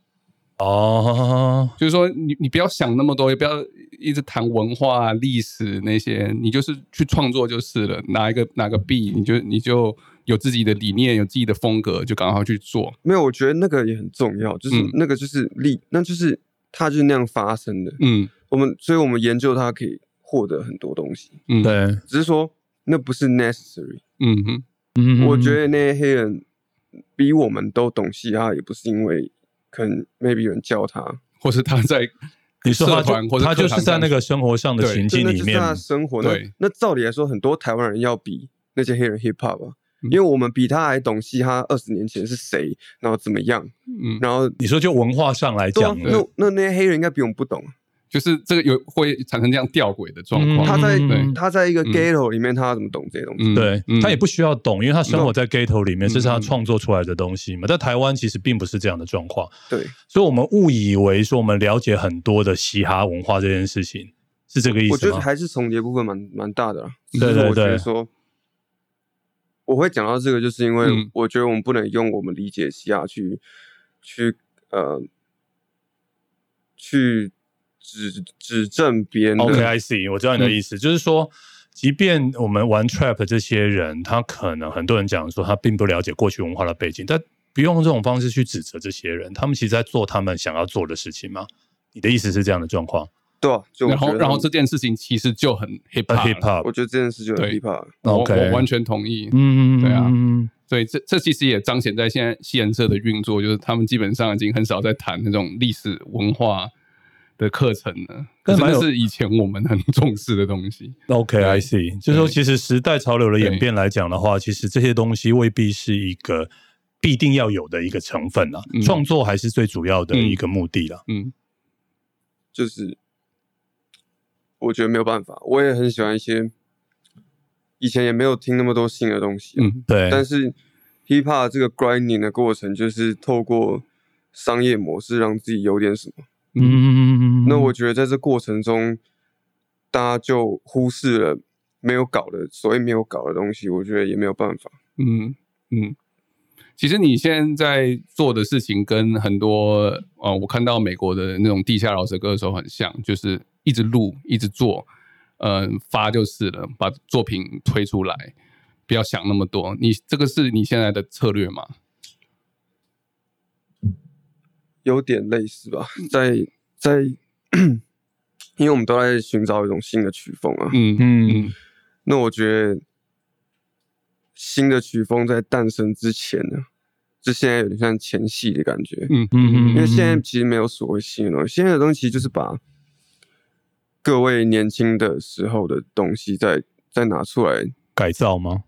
Speaker 2: 哦，
Speaker 1: 就是说你你不要想那么多，也不要一直谈文化啊、历史那些，你就是去创作就是了。哪一个哪个 B，你就你就有自己的理念，有自己的风格，就赶快去做。
Speaker 3: 没有，我觉得那个也很重要，就是
Speaker 1: 嗯
Speaker 3: 那个就是力，那就是它就是那样发生的。
Speaker 1: 嗯
Speaker 3: 我们所以我们研究它可以获得很多东西，
Speaker 1: 嗯，，
Speaker 2: 对，
Speaker 3: 只是说那不是 necessary。
Speaker 1: 嗯哼，
Speaker 2: 嗯
Speaker 3: 我觉得那些黑人比我们都懂嘻哈，也不是因为可能 maybe 有人教他，
Speaker 1: 或是他在
Speaker 2: 你说
Speaker 1: 社
Speaker 2: 他
Speaker 1: 团或
Speaker 2: 就
Speaker 1: 者
Speaker 2: 他
Speaker 1: 课
Speaker 2: 就
Speaker 1: 堂
Speaker 2: 是在
Speaker 1: 上
Speaker 2: 那个生活上的
Speaker 1: 对
Speaker 2: 情
Speaker 3: 真
Speaker 2: 境
Speaker 3: 的
Speaker 2: 里
Speaker 3: 就是他
Speaker 2: 面
Speaker 3: 的，生活。
Speaker 1: 对
Speaker 3: 那那照理来说，很多台湾人要比那些黑人 hip hop 啊，
Speaker 1: 嗯
Speaker 3: 因为我们比他还懂嘻哈，二十年前是谁，然后怎么样，
Speaker 1: 嗯，
Speaker 3: 然后
Speaker 2: 你说就文化上来
Speaker 3: 对啊
Speaker 2: 讲，
Speaker 1: 对
Speaker 2: 呢，
Speaker 3: 那那那些黑人应该比我们不懂啊，
Speaker 1: 就是这个有会产生这样吊诡的状况。
Speaker 2: 嗯
Speaker 3: 他在
Speaker 2: 对
Speaker 3: 他在一个
Speaker 1: 嗯
Speaker 3: ghetto 里面，他要怎么懂这些东西？
Speaker 1: 嗯
Speaker 2: 对
Speaker 1: 嗯
Speaker 2: 他也不需要懂，因为他生活在 ghetto 里面，
Speaker 1: 嗯
Speaker 2: 这是他创作出来的东西嘛。在台湾其实并不是这样的状况，
Speaker 3: 对，
Speaker 2: 所以我们误以为说我们了解很多的嘻哈文化这件事情，是这个意
Speaker 3: 我觉
Speaker 2: 思
Speaker 3: 得
Speaker 2: 吗？
Speaker 3: 还是重叠部分蛮蛮大的啦。
Speaker 2: 对
Speaker 3: 就是
Speaker 2: 对
Speaker 3: 我觉
Speaker 2: 对
Speaker 3: 得说，我会讲到这个，就是因为
Speaker 1: 嗯
Speaker 3: 我觉得我们不能用我们理解西亚去去呃去指指正别人的
Speaker 2: OK，I see，我知道你的意思，嗯就是说，即便我们玩 trap 的这些人，他可能很多人讲说他并不了解过去文化的背景，但不用这种方式去指责这些人，他们其实在做他们想要做的事情嘛。你的意思是这样的状况？
Speaker 3: 对啊、就我
Speaker 1: 然
Speaker 3: 觉
Speaker 1: 后，
Speaker 3: 得
Speaker 1: 然
Speaker 3: 他
Speaker 1: 后
Speaker 3: 们
Speaker 1: 这件事情其实就很 hip
Speaker 2: 呃
Speaker 1: hop，
Speaker 2: ，hip hop，
Speaker 3: 我觉得这件事就很
Speaker 1: 对
Speaker 3: hip hop。
Speaker 1: 我
Speaker 2: OK
Speaker 1: 我完全同意。
Speaker 2: 嗯，
Speaker 1: 对啊
Speaker 2: 嗯
Speaker 1: 所以这这其实也彰显在现在西人社的运作，就是他们基本上已经很少在谈那种历史文化的课程了。可
Speaker 2: 但
Speaker 1: 是
Speaker 2: 蛮有
Speaker 1: 那是以前我们很重视的东西。
Speaker 2: OK，I
Speaker 1: 对
Speaker 2: see，就是说，其实时代潮流的演变来讲的话，其实这些东西未必是一个必定要有的一个成分啊，
Speaker 1: 嗯
Speaker 2: 创作还是最主要的一个目的啦。
Speaker 1: 嗯
Speaker 3: 就是我觉得没有办法，我也很喜欢一些以前也没有听那么多新的东西啊、
Speaker 1: 嗯
Speaker 2: 对，
Speaker 3: 但是 hip hop 这个 grinding 的过程，就是透过商业模式让自己有点什么。
Speaker 2: 嗯，
Speaker 3: 那我觉得在这过程中，大家就忽视了没有搞的，所谓没有搞的东西，我觉得也没有办法。
Speaker 1: 嗯嗯。其实你现在做的事情跟很多呃，我看到美国的那种地下饶舌歌手很像，就是一直录，一直做，呃，发就是了，把作品推出来，不要想那么多。你这个是你现在的策略吗？
Speaker 3: 有点类似吧，
Speaker 2: 嗯
Speaker 3: 在在， 因为我们都在寻找一种新的曲风啊。
Speaker 1: 嗯
Speaker 2: 嗯，
Speaker 3: 那我觉得新的曲风在诞生之前呢，这现在有点像前戏的感觉，
Speaker 1: 嗯
Speaker 2: 嗯
Speaker 3: 因为现在
Speaker 2: 嗯
Speaker 3: 其实没有所谓新的东西，现在的东西就是把各位年轻的时候的东西再再拿出来
Speaker 2: 改造吗？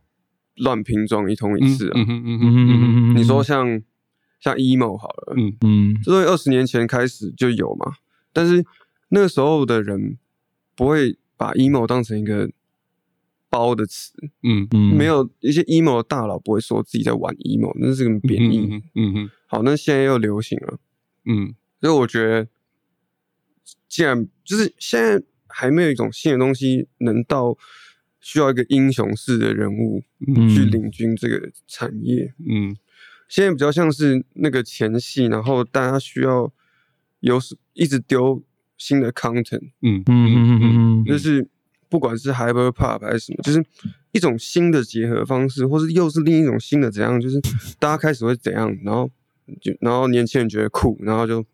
Speaker 3: 乱拼装一通一次啊。
Speaker 1: 嗯嗯嗯嗯嗯
Speaker 2: 嗯
Speaker 3: 你说像像 emo 好了，
Speaker 1: 嗯
Speaker 2: 嗯
Speaker 3: 这东西二十年前开始就有嘛，但是那个时候的人不会把 emo 当成一个包的词，
Speaker 1: 嗯
Speaker 2: 嗯
Speaker 3: 没有一些 emo 的大佬不会说自己在玩 emo，那是个贬义。
Speaker 1: 嗯嗯
Speaker 3: 好，那现在又流行了，
Speaker 1: 嗯
Speaker 3: 所以我觉得，既然就是现在还没有一种新的东西能到需要一个英雄式的人物去
Speaker 2: 嗯
Speaker 3: 领军这个产业，
Speaker 1: 嗯
Speaker 3: 现在比较像是那个前戏，然后大家需要有什一直丢新的 content，、
Speaker 1: 嗯
Speaker 2: 嗯嗯嗯
Speaker 3: 就
Speaker 2: 嗯
Speaker 3: 是不管是 hyper pop 还是什么，就是一种新的结合方式，或是又是另一种新的怎样，就是大家开始会怎样，然后就然后年轻人觉得酷，然后就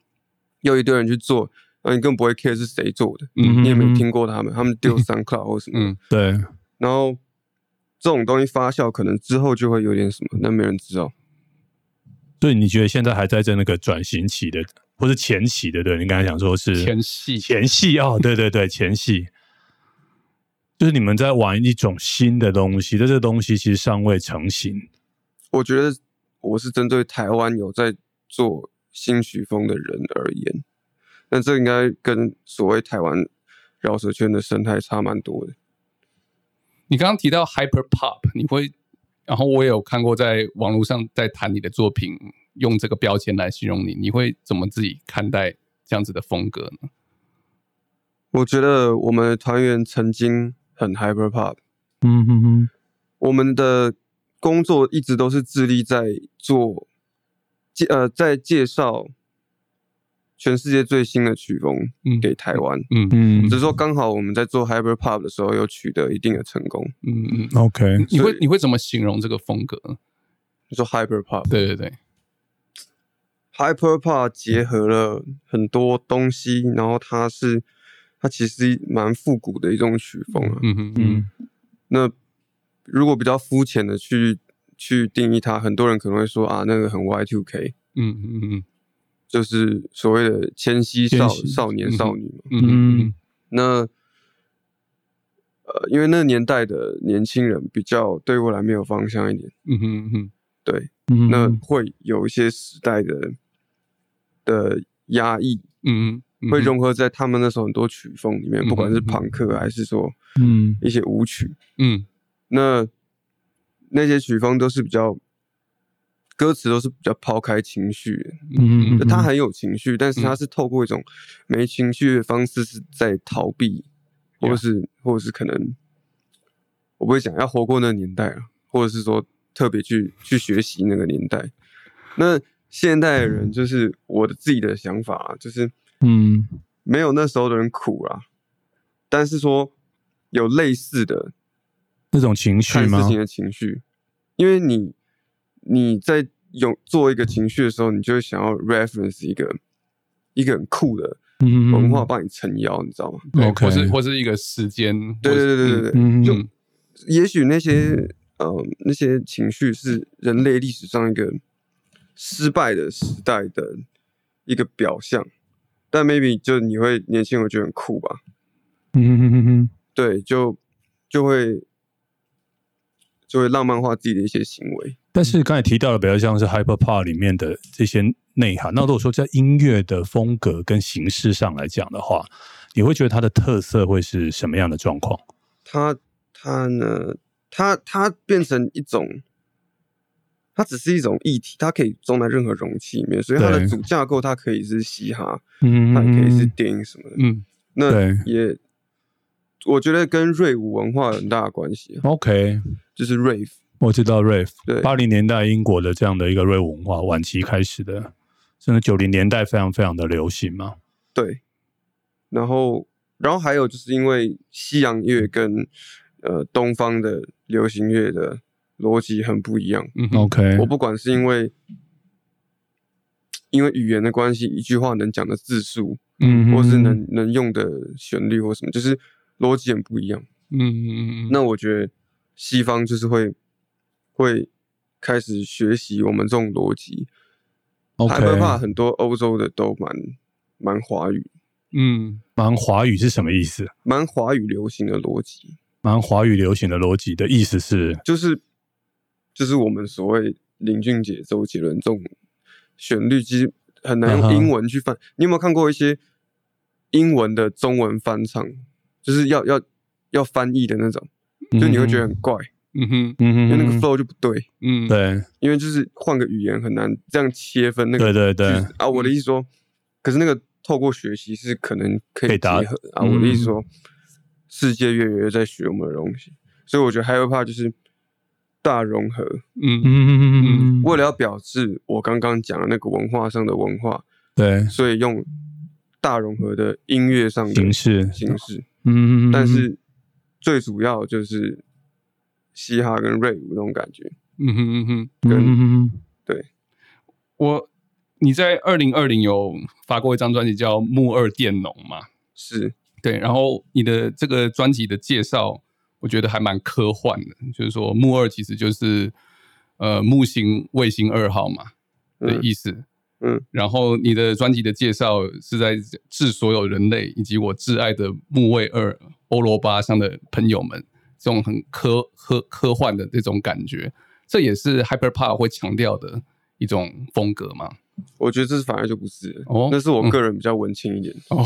Speaker 3: 又一堆人去做，然后你更不会 care 是谁做的，
Speaker 2: 嗯，
Speaker 3: 你也没听过他们，他们丢 SoundCloud 或什么的，
Speaker 1: 嗯
Speaker 2: 对，
Speaker 3: 然后这种东西发酵，可能之后就会有点什么，但没人知道。
Speaker 2: 所以你觉得现在还在这那个转型期的，或是前期的？对你刚才讲说是
Speaker 1: 前戏
Speaker 2: 前戏哦，对对对，前戏，就是你们在玩一种新的东西，但这东西其实尚未成型。
Speaker 3: 我觉得我是针对台湾有在做新曲风的人而言，那这应该跟所谓台湾饶舌圈的生态差蛮多的。
Speaker 1: 你刚刚提到 hyper pop，你会，然后我也有看过在网络上在谈你的作品，用这个标签来形容你，你会怎么自己看待这样子的风格呢？
Speaker 3: 我觉得我们的团员曾经很 hyper pop，
Speaker 2: 嗯哼哼，
Speaker 3: 我们的工作一直都是致力在做介呃在介绍全世界最新的曲风
Speaker 1: 嗯
Speaker 3: 给台湾，
Speaker 1: 嗯
Speaker 2: 嗯
Speaker 3: 只是说刚好我们在做 hyper pop 的时候有取得一定的成功。
Speaker 1: 嗯嗯，
Speaker 2: ，OK，
Speaker 1: 你会你会怎么形容这个风格？
Speaker 3: 你说 hyper pop，
Speaker 1: 对对对，
Speaker 3: Hyperpop 结合了很多东西，然后它是它其实蛮复古的一种曲风啊。
Speaker 1: 嗯嗯嗯
Speaker 2: 嗯
Speaker 3: 那如果比较肤浅的去去定义它，很多人可能会说啊，那个很 Y2K，
Speaker 1: 嗯嗯
Speaker 3: 就是所谓的千禧少
Speaker 2: 千禧
Speaker 3: 少年少女嘛。
Speaker 1: 嗯
Speaker 3: 那呃，因为那个年代的年轻人比较对未来没有方向一点，
Speaker 1: 嗯嗯嗯
Speaker 3: 对，
Speaker 2: 嗯
Speaker 3: 那会有一些时代的的压抑，
Speaker 1: 嗯嗯哼
Speaker 3: 会融合在他们那时候很多曲风里面，不管是
Speaker 1: 嗯哼
Speaker 3: 朋克还是说
Speaker 2: 嗯
Speaker 3: 一些舞曲，
Speaker 1: 嗯
Speaker 3: 那那些曲风都是比较歌词都是比较抛开情绪的，
Speaker 2: 嗯
Speaker 3: 就他很有情绪，但是他
Speaker 1: 嗯
Speaker 3: 是透过一种没情绪的方式是在逃避，或者是或者是可能我不会讲要活过那个年代了，啊或者是说特别去去学习那个年代。那现代的
Speaker 1: 嗯
Speaker 3: 人就是我的自己的想法啊，就是
Speaker 2: 嗯
Speaker 3: 没有那时候的人苦啊，但是说有类似的
Speaker 2: 那种情绪
Speaker 3: 看
Speaker 2: 吗
Speaker 3: 事？情的情绪，因为你你在有做一个情绪的时候，你就会想要 reference 一个一个很酷的
Speaker 2: 嗯
Speaker 3: 文化帮你撑腰，你知道吗？
Speaker 1: 对
Speaker 2: OK
Speaker 1: 或是或是一个时间，
Speaker 3: 对
Speaker 1: 或
Speaker 3: 对
Speaker 1: 是
Speaker 3: 对对对，对，
Speaker 2: 嗯
Speaker 3: 就也许那些呃那些情绪是人类历史上一个失败的时代的一个表象，但 maybe 就你会年轻，我觉得很酷吧？
Speaker 2: 嗯
Speaker 3: 对，就就会就会浪漫化自己的一些行为。
Speaker 2: 但是刚才提到的比较像是 hyper pop 里面的这些内涵。那如果说在音乐的风格跟形式上来讲的话，你会觉得它的特色会是什么样的状况？
Speaker 3: 它它呢，它它变成一种，它只是一种议题，它可以装在任何容器里面，所以它
Speaker 2: 对
Speaker 3: 的主架构它可以是嘻哈，
Speaker 2: 嗯
Speaker 3: 它也可以是电影什么的。
Speaker 1: 嗯
Speaker 3: 那
Speaker 2: 对
Speaker 3: 也，我觉得跟瑞舞文化有很大的关系啊，
Speaker 2: OK，
Speaker 3: 就是 rave，
Speaker 2: 我知道 rave，
Speaker 3: 对
Speaker 2: 八零年代英国的这样的一个 rave 文化，晚期开始的，甚至九零年代非常非常的流行嘛。
Speaker 3: 对。然后，然后还有就是因为西洋乐跟呃东方的流行乐的逻辑很不一样，
Speaker 1: 嗯哼
Speaker 2: OK，
Speaker 3: 我不管是因为因为语言的关系，一句话能讲的字数，
Speaker 2: 嗯
Speaker 3: 或是能能用的旋律或什么，就是逻辑很不一样。
Speaker 1: 嗯嗯嗯嗯
Speaker 3: 那我觉得西方就是会会开始学习我们这种逻辑。
Speaker 2: OK
Speaker 3: 台湾话很多欧洲的都蛮蛮华语，
Speaker 1: 嗯
Speaker 2: 蛮华语是什么意思？
Speaker 3: 蛮华语流行的逻辑，
Speaker 2: 蛮华语流行的逻辑的意思是，
Speaker 3: 就是就是我们所谓林俊杰、周杰伦这种旋律，其实很难
Speaker 2: 嗯
Speaker 3: 用
Speaker 2: 哼
Speaker 3: 英文去翻。你有没有看过一些英文的中文翻唱，就是要要要翻译的那种，就你会觉得很怪，
Speaker 1: 嗯哼
Speaker 2: 嗯哼，嗯
Speaker 3: 因
Speaker 2: 哼
Speaker 3: 为那个 flow 就不对，
Speaker 1: 嗯，
Speaker 2: 对
Speaker 3: 因为就是换个语言很难这样切分那个
Speaker 2: 对。对对
Speaker 3: 就是，啊，我的意思说，可是那个透过学习是可能可
Speaker 2: 可
Speaker 3: 以
Speaker 2: 以
Speaker 3: 结
Speaker 2: 达
Speaker 3: 合的啊。我的意
Speaker 2: 嗯
Speaker 3: 思说，世界越来越在学我们的东西，所以我觉得 h y p 就是大融合。
Speaker 1: 嗯嗯
Speaker 2: 嗯嗯嗯嗯嗯，
Speaker 3: 为了要表示我刚刚讲的那个文化上的文化，
Speaker 2: 对
Speaker 3: 所以用大融合的音乐上的
Speaker 2: 形式，
Speaker 3: 形式，
Speaker 2: 嗯，嗯嗯嗯
Speaker 3: 但是最主要就是嘻哈跟瑞舞那种感觉。
Speaker 1: 嗯哼嗯哼，
Speaker 2: 嗯嗯嗯嗯
Speaker 1: 我你在二零二零有发过一张专辑叫《木二电农》嘛？
Speaker 3: 是，
Speaker 1: 对，然后你的这个专辑的介绍，我觉得还蛮科幻的，就是说木二其实就是呃木星卫星二号嘛的
Speaker 3: 嗯
Speaker 1: 意思。
Speaker 3: 嗯
Speaker 1: 然后你的专辑的介绍是在致所有人类以及我挚爱的木卫二欧罗巴上的朋友们，这种很科科科幻的这种感觉，这也是 hyper pop 会强调的一种风格嘛。
Speaker 3: 我觉得这是反而就不是了，
Speaker 1: 哦
Speaker 3: 那是我
Speaker 1: 嗯
Speaker 3: 个人比较文青一点。
Speaker 1: 哦，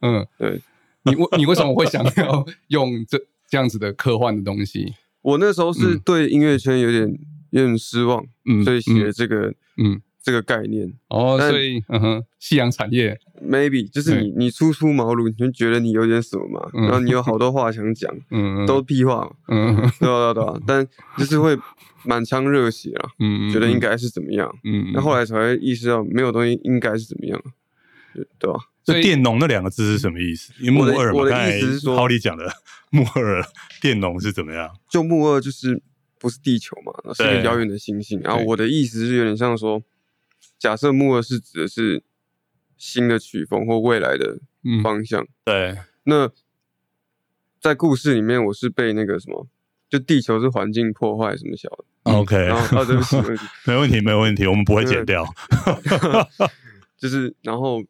Speaker 1: 嗯，
Speaker 3: 对
Speaker 1: 你为你为什么会想要用这这样子的科幻的东西？
Speaker 3: 我那时候是
Speaker 1: 嗯
Speaker 3: 对音乐圈有点有点失望，
Speaker 1: 嗯
Speaker 3: 所以写了
Speaker 1: 嗯
Speaker 3: 这个
Speaker 1: 嗯
Speaker 3: 这个概念。
Speaker 1: 哦，
Speaker 3: 但
Speaker 1: 所以嗯哼，夕阳产业，
Speaker 3: maybe 就是你你初出茅庐，你就觉得你有点什么嘛，
Speaker 1: 嗯
Speaker 3: 然后你有好多话想讲，
Speaker 1: 嗯嗯
Speaker 3: 都屁话嘛。
Speaker 1: 嗯嗯
Speaker 3: 对啊，对啊，对啊，但就是会满腔热血啊，
Speaker 1: 嗯，
Speaker 3: 觉得应
Speaker 1: 该
Speaker 3: 该是怎么样，
Speaker 1: 嗯，
Speaker 3: 那后来才会意识到没有东西应该是怎么样，对对啊吧？
Speaker 1: 所
Speaker 2: 这
Speaker 1: 以
Speaker 2: 电农那两个字是什么意思？因为
Speaker 3: 我的
Speaker 2: 木耳嘛，
Speaker 3: 我的
Speaker 2: 刚才
Speaker 3: 意思是说
Speaker 2: 浩里讲的 木耳电农是怎么样？
Speaker 3: 就木二就是不是地球嘛，是个
Speaker 2: 对
Speaker 3: 遥远的星星。然后
Speaker 1: 对
Speaker 3: 我的意思是有点像说，假设木二是指的是新的曲风或未来的
Speaker 1: 嗯
Speaker 3: 方向，
Speaker 2: 对，
Speaker 3: 那在故事里面我是被那个什么。就地球是环境破坏什么小的，
Speaker 2: OK，
Speaker 3: 然后啊，对 不起，对不起，
Speaker 2: 没问题，没问题，我们不会剪掉。
Speaker 3: 就是然后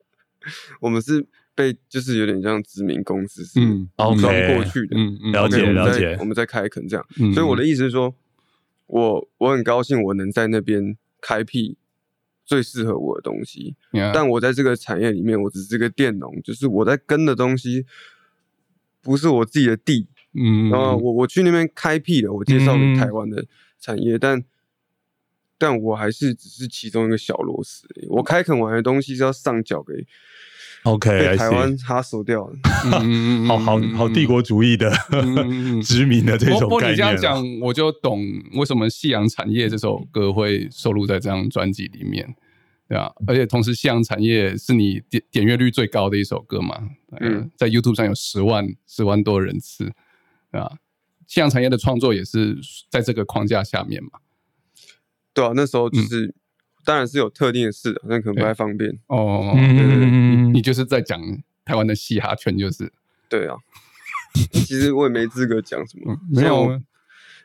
Speaker 3: 我们是被就是有点像殖民公司是
Speaker 1: 嗯
Speaker 3: 装
Speaker 2: OK
Speaker 3: 过去的，
Speaker 1: 嗯嗯
Speaker 2: 了解
Speaker 3: OK，我们
Speaker 2: 了
Speaker 3: 在
Speaker 2: 解
Speaker 3: 我们在开垦这样，
Speaker 1: 嗯
Speaker 3: 所以我的意思是说，我我很高兴我能在那边开辟最适合我的东西。
Speaker 1: Yeah，
Speaker 3: 但我在这个产业里面，我只是个佃农，就是我在跟的东西不是我自己的地。
Speaker 1: 嗯，
Speaker 3: 然后呃我我去那边开辟了，我介绍
Speaker 1: 嗯
Speaker 3: 给台湾的产业，但但我还是只是其中一个小螺丝而已。我开垦完的东西是要上缴给
Speaker 2: OK，
Speaker 3: 被
Speaker 1: 哎
Speaker 2: I
Speaker 3: 台
Speaker 2: see
Speaker 3: 湾哈手掉的。
Speaker 1: 嗯嗯嗯嗯
Speaker 2: 好好
Speaker 1: 嗯
Speaker 2: 好
Speaker 1: 嗯
Speaker 2: 帝国主义的
Speaker 1: 嗯嗯嗯
Speaker 2: 殖民的这
Speaker 1: 不
Speaker 2: 种
Speaker 1: 不，
Speaker 2: 概
Speaker 1: 你这样
Speaker 2: 念啊
Speaker 1: 讲哦
Speaker 2: 了。，
Speaker 1: 我就懂为什么《夕阳产业》这首歌会收录在这张专辑里面，对啊，而且同时，《夕阳产业》是你点点阅率最高的一首歌嘛，嗯
Speaker 3: 嗯，
Speaker 1: 在 YouTube 上有十万十万多人次，对啊，《夕阳产业》的创作也是在这个框架下面嘛。
Speaker 3: 对啊，那时候就
Speaker 1: 嗯哎
Speaker 3: 是、当然是有特定的事啊，那可能不
Speaker 1: 对
Speaker 3: 太方便。
Speaker 1: 哦，
Speaker 2: 嗯
Speaker 1: 你就是在讲台湾的嘻哈圈，就是
Speaker 3: 对啊， 其实我也没资格讲什么
Speaker 1: 嗯，没有
Speaker 3: 像我，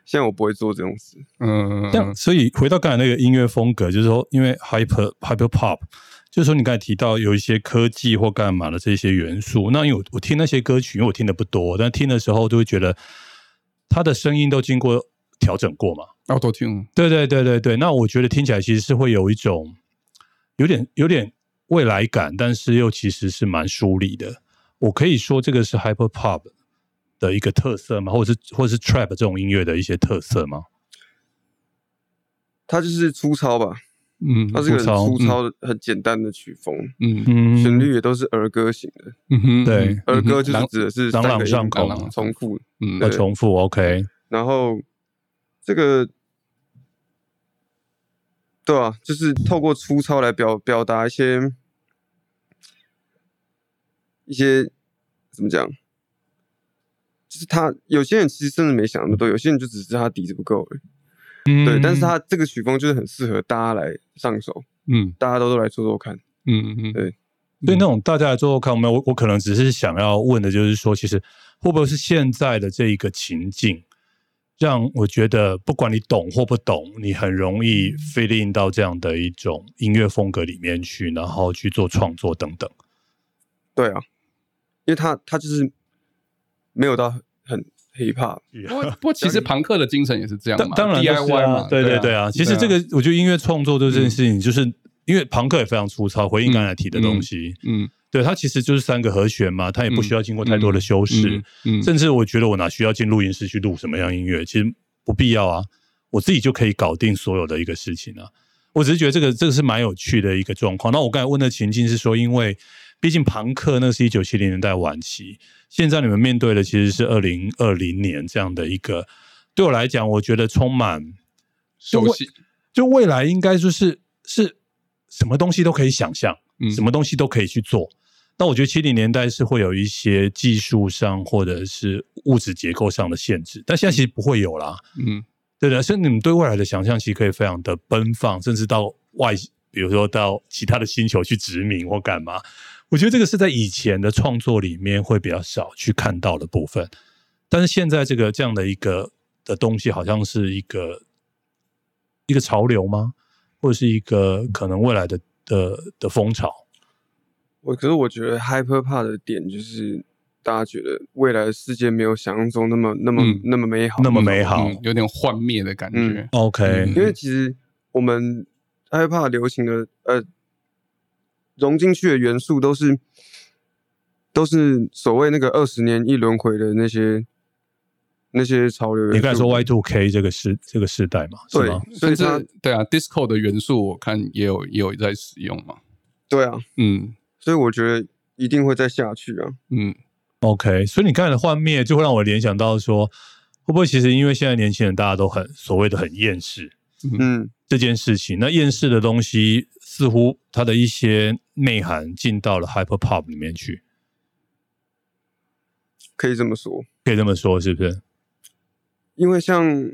Speaker 3: 现在我不会做这种事。
Speaker 1: 嗯，
Speaker 2: 但所以回到刚才那个音乐风格，就是说，因为 hyper hyper pop，就是说你刚才提到有一些科技或干嘛的这些元素。那因为我我听那些歌曲，因为我听的不多，但听的时候就会觉得它的声音都经过调整过嘛。
Speaker 1: auto tune，
Speaker 2: 对对对对对，那我觉得听起来其实是会有一种有点有点未来感，但是又其实是蛮疏离的。我可以说这个是 hyper pop 的一个特色吗？或者是或者是 trap 这种音乐的一些特色吗？
Speaker 3: 它就是粗糙吧，
Speaker 1: 嗯
Speaker 3: 它是个
Speaker 2: 粗
Speaker 3: 很
Speaker 2: 糙
Speaker 3: 粗糙的、很简单的曲风，
Speaker 1: 嗯
Speaker 2: 嗯，
Speaker 3: 旋律也都是儿歌型的。
Speaker 1: 嗯哼，
Speaker 2: 对
Speaker 1: 嗯哼
Speaker 3: 儿歌就是指的是
Speaker 2: 朗
Speaker 3: 三
Speaker 2: 朗
Speaker 3: 个
Speaker 2: 上
Speaker 3: 音
Speaker 2: 口
Speaker 1: 嘛
Speaker 3: 重复，
Speaker 1: 嗯
Speaker 2: 要重复，OK，
Speaker 3: 然后这个对啊，就是透过粗糙来表表达一些一些怎么讲，就是他有些人其实真的没想那么多，有些人就只是他底子不够而已。对，但是他这个曲风就是很适合大家来上手，
Speaker 1: 嗯
Speaker 3: 大家都都来做做看。
Speaker 1: 嗯嗯，
Speaker 3: 对
Speaker 2: 对那种大家来做做看，我们我我可能只是想要问的就是说，其实会不会是现在的这一个情境，让我觉得不管你懂或不懂，你很容易
Speaker 1: 嗯
Speaker 2: fit in 到这样的一种音乐风格里面去，然后去做创作等等。
Speaker 3: 对啊，因为他他就是没有到很 hip hop，
Speaker 1: 不 过不过其实朋克的精神也是这样
Speaker 2: 当
Speaker 1: 嘛，
Speaker 2: 当然、就是啊、
Speaker 1: DIY 嘛，
Speaker 2: 对
Speaker 1: 对
Speaker 2: 对啊。其实这个，我觉得音乐创作这
Speaker 1: 嗯
Speaker 2: 件事情，就是、因为朋克也非常粗糙，回应刚才提的东西，
Speaker 1: 嗯，
Speaker 2: 对它其实就是三个和弦嘛，它也不需要经过太多的修饰。
Speaker 1: 嗯嗯
Speaker 2: 甚至我觉得我哪需要进录音室去录什么样音乐，其实不必要啊，我自己就可以搞定所有的一个事情啊。我只是觉得这个这个是蛮有趣的一个状况。那我刚才问的情境是说，因为毕竟朋克那是一九七零年代晚期，现在你们面对的其实是二零二零年这样的一个，对我来讲，我觉得充满
Speaker 1: 熟悉，
Speaker 2: 就未来应该就是是什么东西都可以想象，
Speaker 1: 嗯
Speaker 2: 什么东西都可以去做。那我觉得七零年代是会有一些技术上或者是物质结构上的限制，但现在其实不会有啦。
Speaker 1: 嗯
Speaker 2: 对的，所以你们对未来的想象其实可以非常的奔放，甚至到外，比如说到其他的星球去殖民或干嘛。我觉得这个是在以前的创作里面会比较少去看到的部分，但是现在这个这样的一个的东西，好像是一个一个潮流吗？或者是一个可能未来的的的风潮？
Speaker 3: 我可是我觉得 hyper p o p 的点就是，大家觉得未来的世界没有想象中那么那么、
Speaker 1: 嗯
Speaker 3: 那么美好，
Speaker 2: 那么美好
Speaker 1: 嗯有点幻灭的感觉
Speaker 3: 嗯，
Speaker 2: OK，、
Speaker 1: 嗯
Speaker 3: 因为其实我们 hyper p o p 流行的呃融进去的元素都是都是所谓那个二十年一轮回的那些那些潮流元素。
Speaker 2: 你刚才说 Y Two K 这个时这个时代嘛，是吗？
Speaker 3: 对，所
Speaker 1: 甚
Speaker 3: 以
Speaker 1: 至
Speaker 3: 它
Speaker 1: 对啊，disco 的元素我看也有也有在使用嘛，
Speaker 3: 对啊，
Speaker 1: 嗯
Speaker 3: 所以我觉得一定会再下去啊。
Speaker 1: 嗯
Speaker 2: OK，所以你刚才的幻灭就会让我联想到说，会不会其实因为现在年轻人大家都很所谓的很厌世
Speaker 3: 嗯，
Speaker 2: 这件事情，那厌世的东西似乎它的一些内涵进到了 hyper pop 里面去，
Speaker 3: 可以这么说。
Speaker 2: 可以这么说是不是？
Speaker 3: 因为像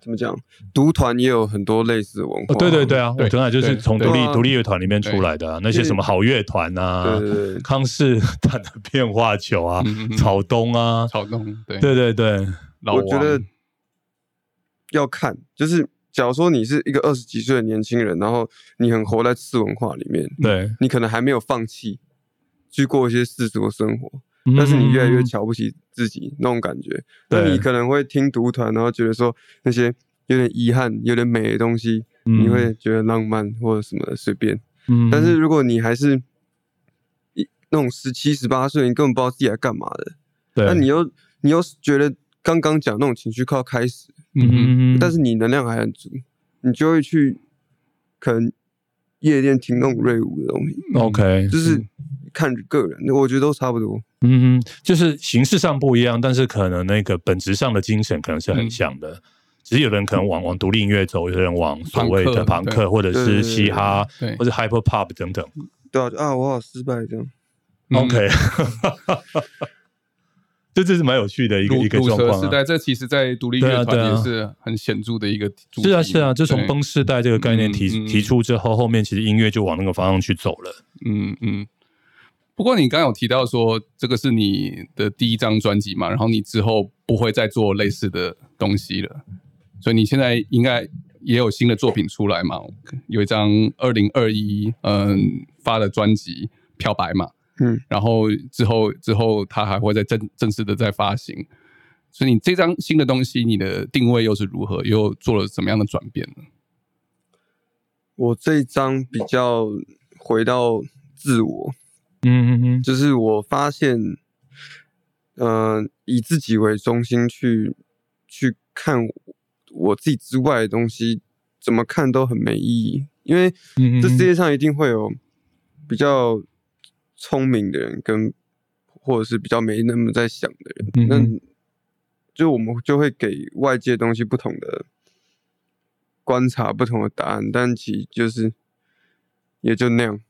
Speaker 3: 怎么讲，独团也有很多类似的文化。
Speaker 2: 哦，对对对啊，
Speaker 1: 对
Speaker 2: 我刚才就是从独
Speaker 3: 对
Speaker 2: 立
Speaker 3: 啊
Speaker 2: 独立乐团里面出来的、啊，那些什么好乐团啊，
Speaker 3: 对对对
Speaker 2: 康士坦的变化球啊，
Speaker 1: 嗯嗯嗯
Speaker 2: 草东啊，
Speaker 1: 草东对，
Speaker 2: 对对对，
Speaker 1: 老
Speaker 3: 我觉
Speaker 1: 王
Speaker 3: 得要看，就是假如说你是一个二十几岁的年轻人，然后你很活在次文化里面，
Speaker 2: 对，
Speaker 3: 你可能还没有放弃去过一些世俗的生活，嗯但是你越来越瞧不起自己那种感觉，那
Speaker 2: 嗯对
Speaker 3: 你可能会听独团，然后觉得说那些有点遗憾、有点美的东西，
Speaker 2: 嗯
Speaker 3: 你会觉得浪漫或者什么的随便。
Speaker 2: 嗯
Speaker 3: 但是如果你还是一那种十七、十八岁，你根本不知道自己在干嘛的，
Speaker 2: 对，
Speaker 3: 那你又你又觉得刚刚讲那种情绪靠开始，
Speaker 1: 嗯
Speaker 2: 嗯，
Speaker 3: 但是你能量还很足，你就会去可能夜店听那种瑞舞的东西，
Speaker 2: OK，
Speaker 3: 就是看个人，我觉得都差不多。
Speaker 2: 嗯哼，就是形式上不一样，但是可能那个本质上的精神可能是很
Speaker 1: 嗯
Speaker 2: 像的。只是有的人可能往往独立音乐走，有的人往所谓的朋
Speaker 1: 朋克
Speaker 2: 克或者
Speaker 3: 对
Speaker 2: 是嘻哈
Speaker 1: 对
Speaker 2: 或者 hyper pop 等等。
Speaker 3: 对啊，就啊，我好失败这样。
Speaker 1: 嗯
Speaker 2: OK，这这是蛮有趣的一个
Speaker 1: 乳
Speaker 2: 一个
Speaker 1: 乳
Speaker 2: 状
Speaker 1: 蛇
Speaker 2: 况
Speaker 1: 时
Speaker 2: 啊。
Speaker 1: 代，这其实在独立
Speaker 2: 对啊
Speaker 1: 乐
Speaker 2: 对
Speaker 1: 团
Speaker 2: 啊
Speaker 1: 也是很显著的一个主题。
Speaker 2: 是啊，是啊，就从
Speaker 1: 对
Speaker 2: 崩世代这个概念提
Speaker 1: 嗯嗯
Speaker 2: 提出之后，后面其实音乐就往那个方向去走了。
Speaker 1: 嗯嗯。不过你刚刚有提到说，这个是你的第一张专辑嘛，然后你之后不会再做类似的东西了，所以你现在应该也有新的作品出来嘛？有一张二零二一嗯发的专辑《漂白》嘛，
Speaker 3: 嗯，
Speaker 1: 然后之后之后它还会再正正式的再发行。所以你这张新的东西，你的定位又是如何？又做了什么样的转变呢？
Speaker 3: 我这一张比较回到自我，
Speaker 2: 嗯嗯嗯，
Speaker 3: 就是我发现，嗯、以自己为中心去去看我自己之外的东西，怎么看都很没意义。因为
Speaker 2: 嗯嗯
Speaker 3: 这世界上一定会有比较聪明的人跟，或者是比较没那么在想的人。
Speaker 2: 嗯
Speaker 3: 那
Speaker 2: 嗯
Speaker 3: 就我们就会给外界东西不同的观察、不同的答案，但其实就是也就那样，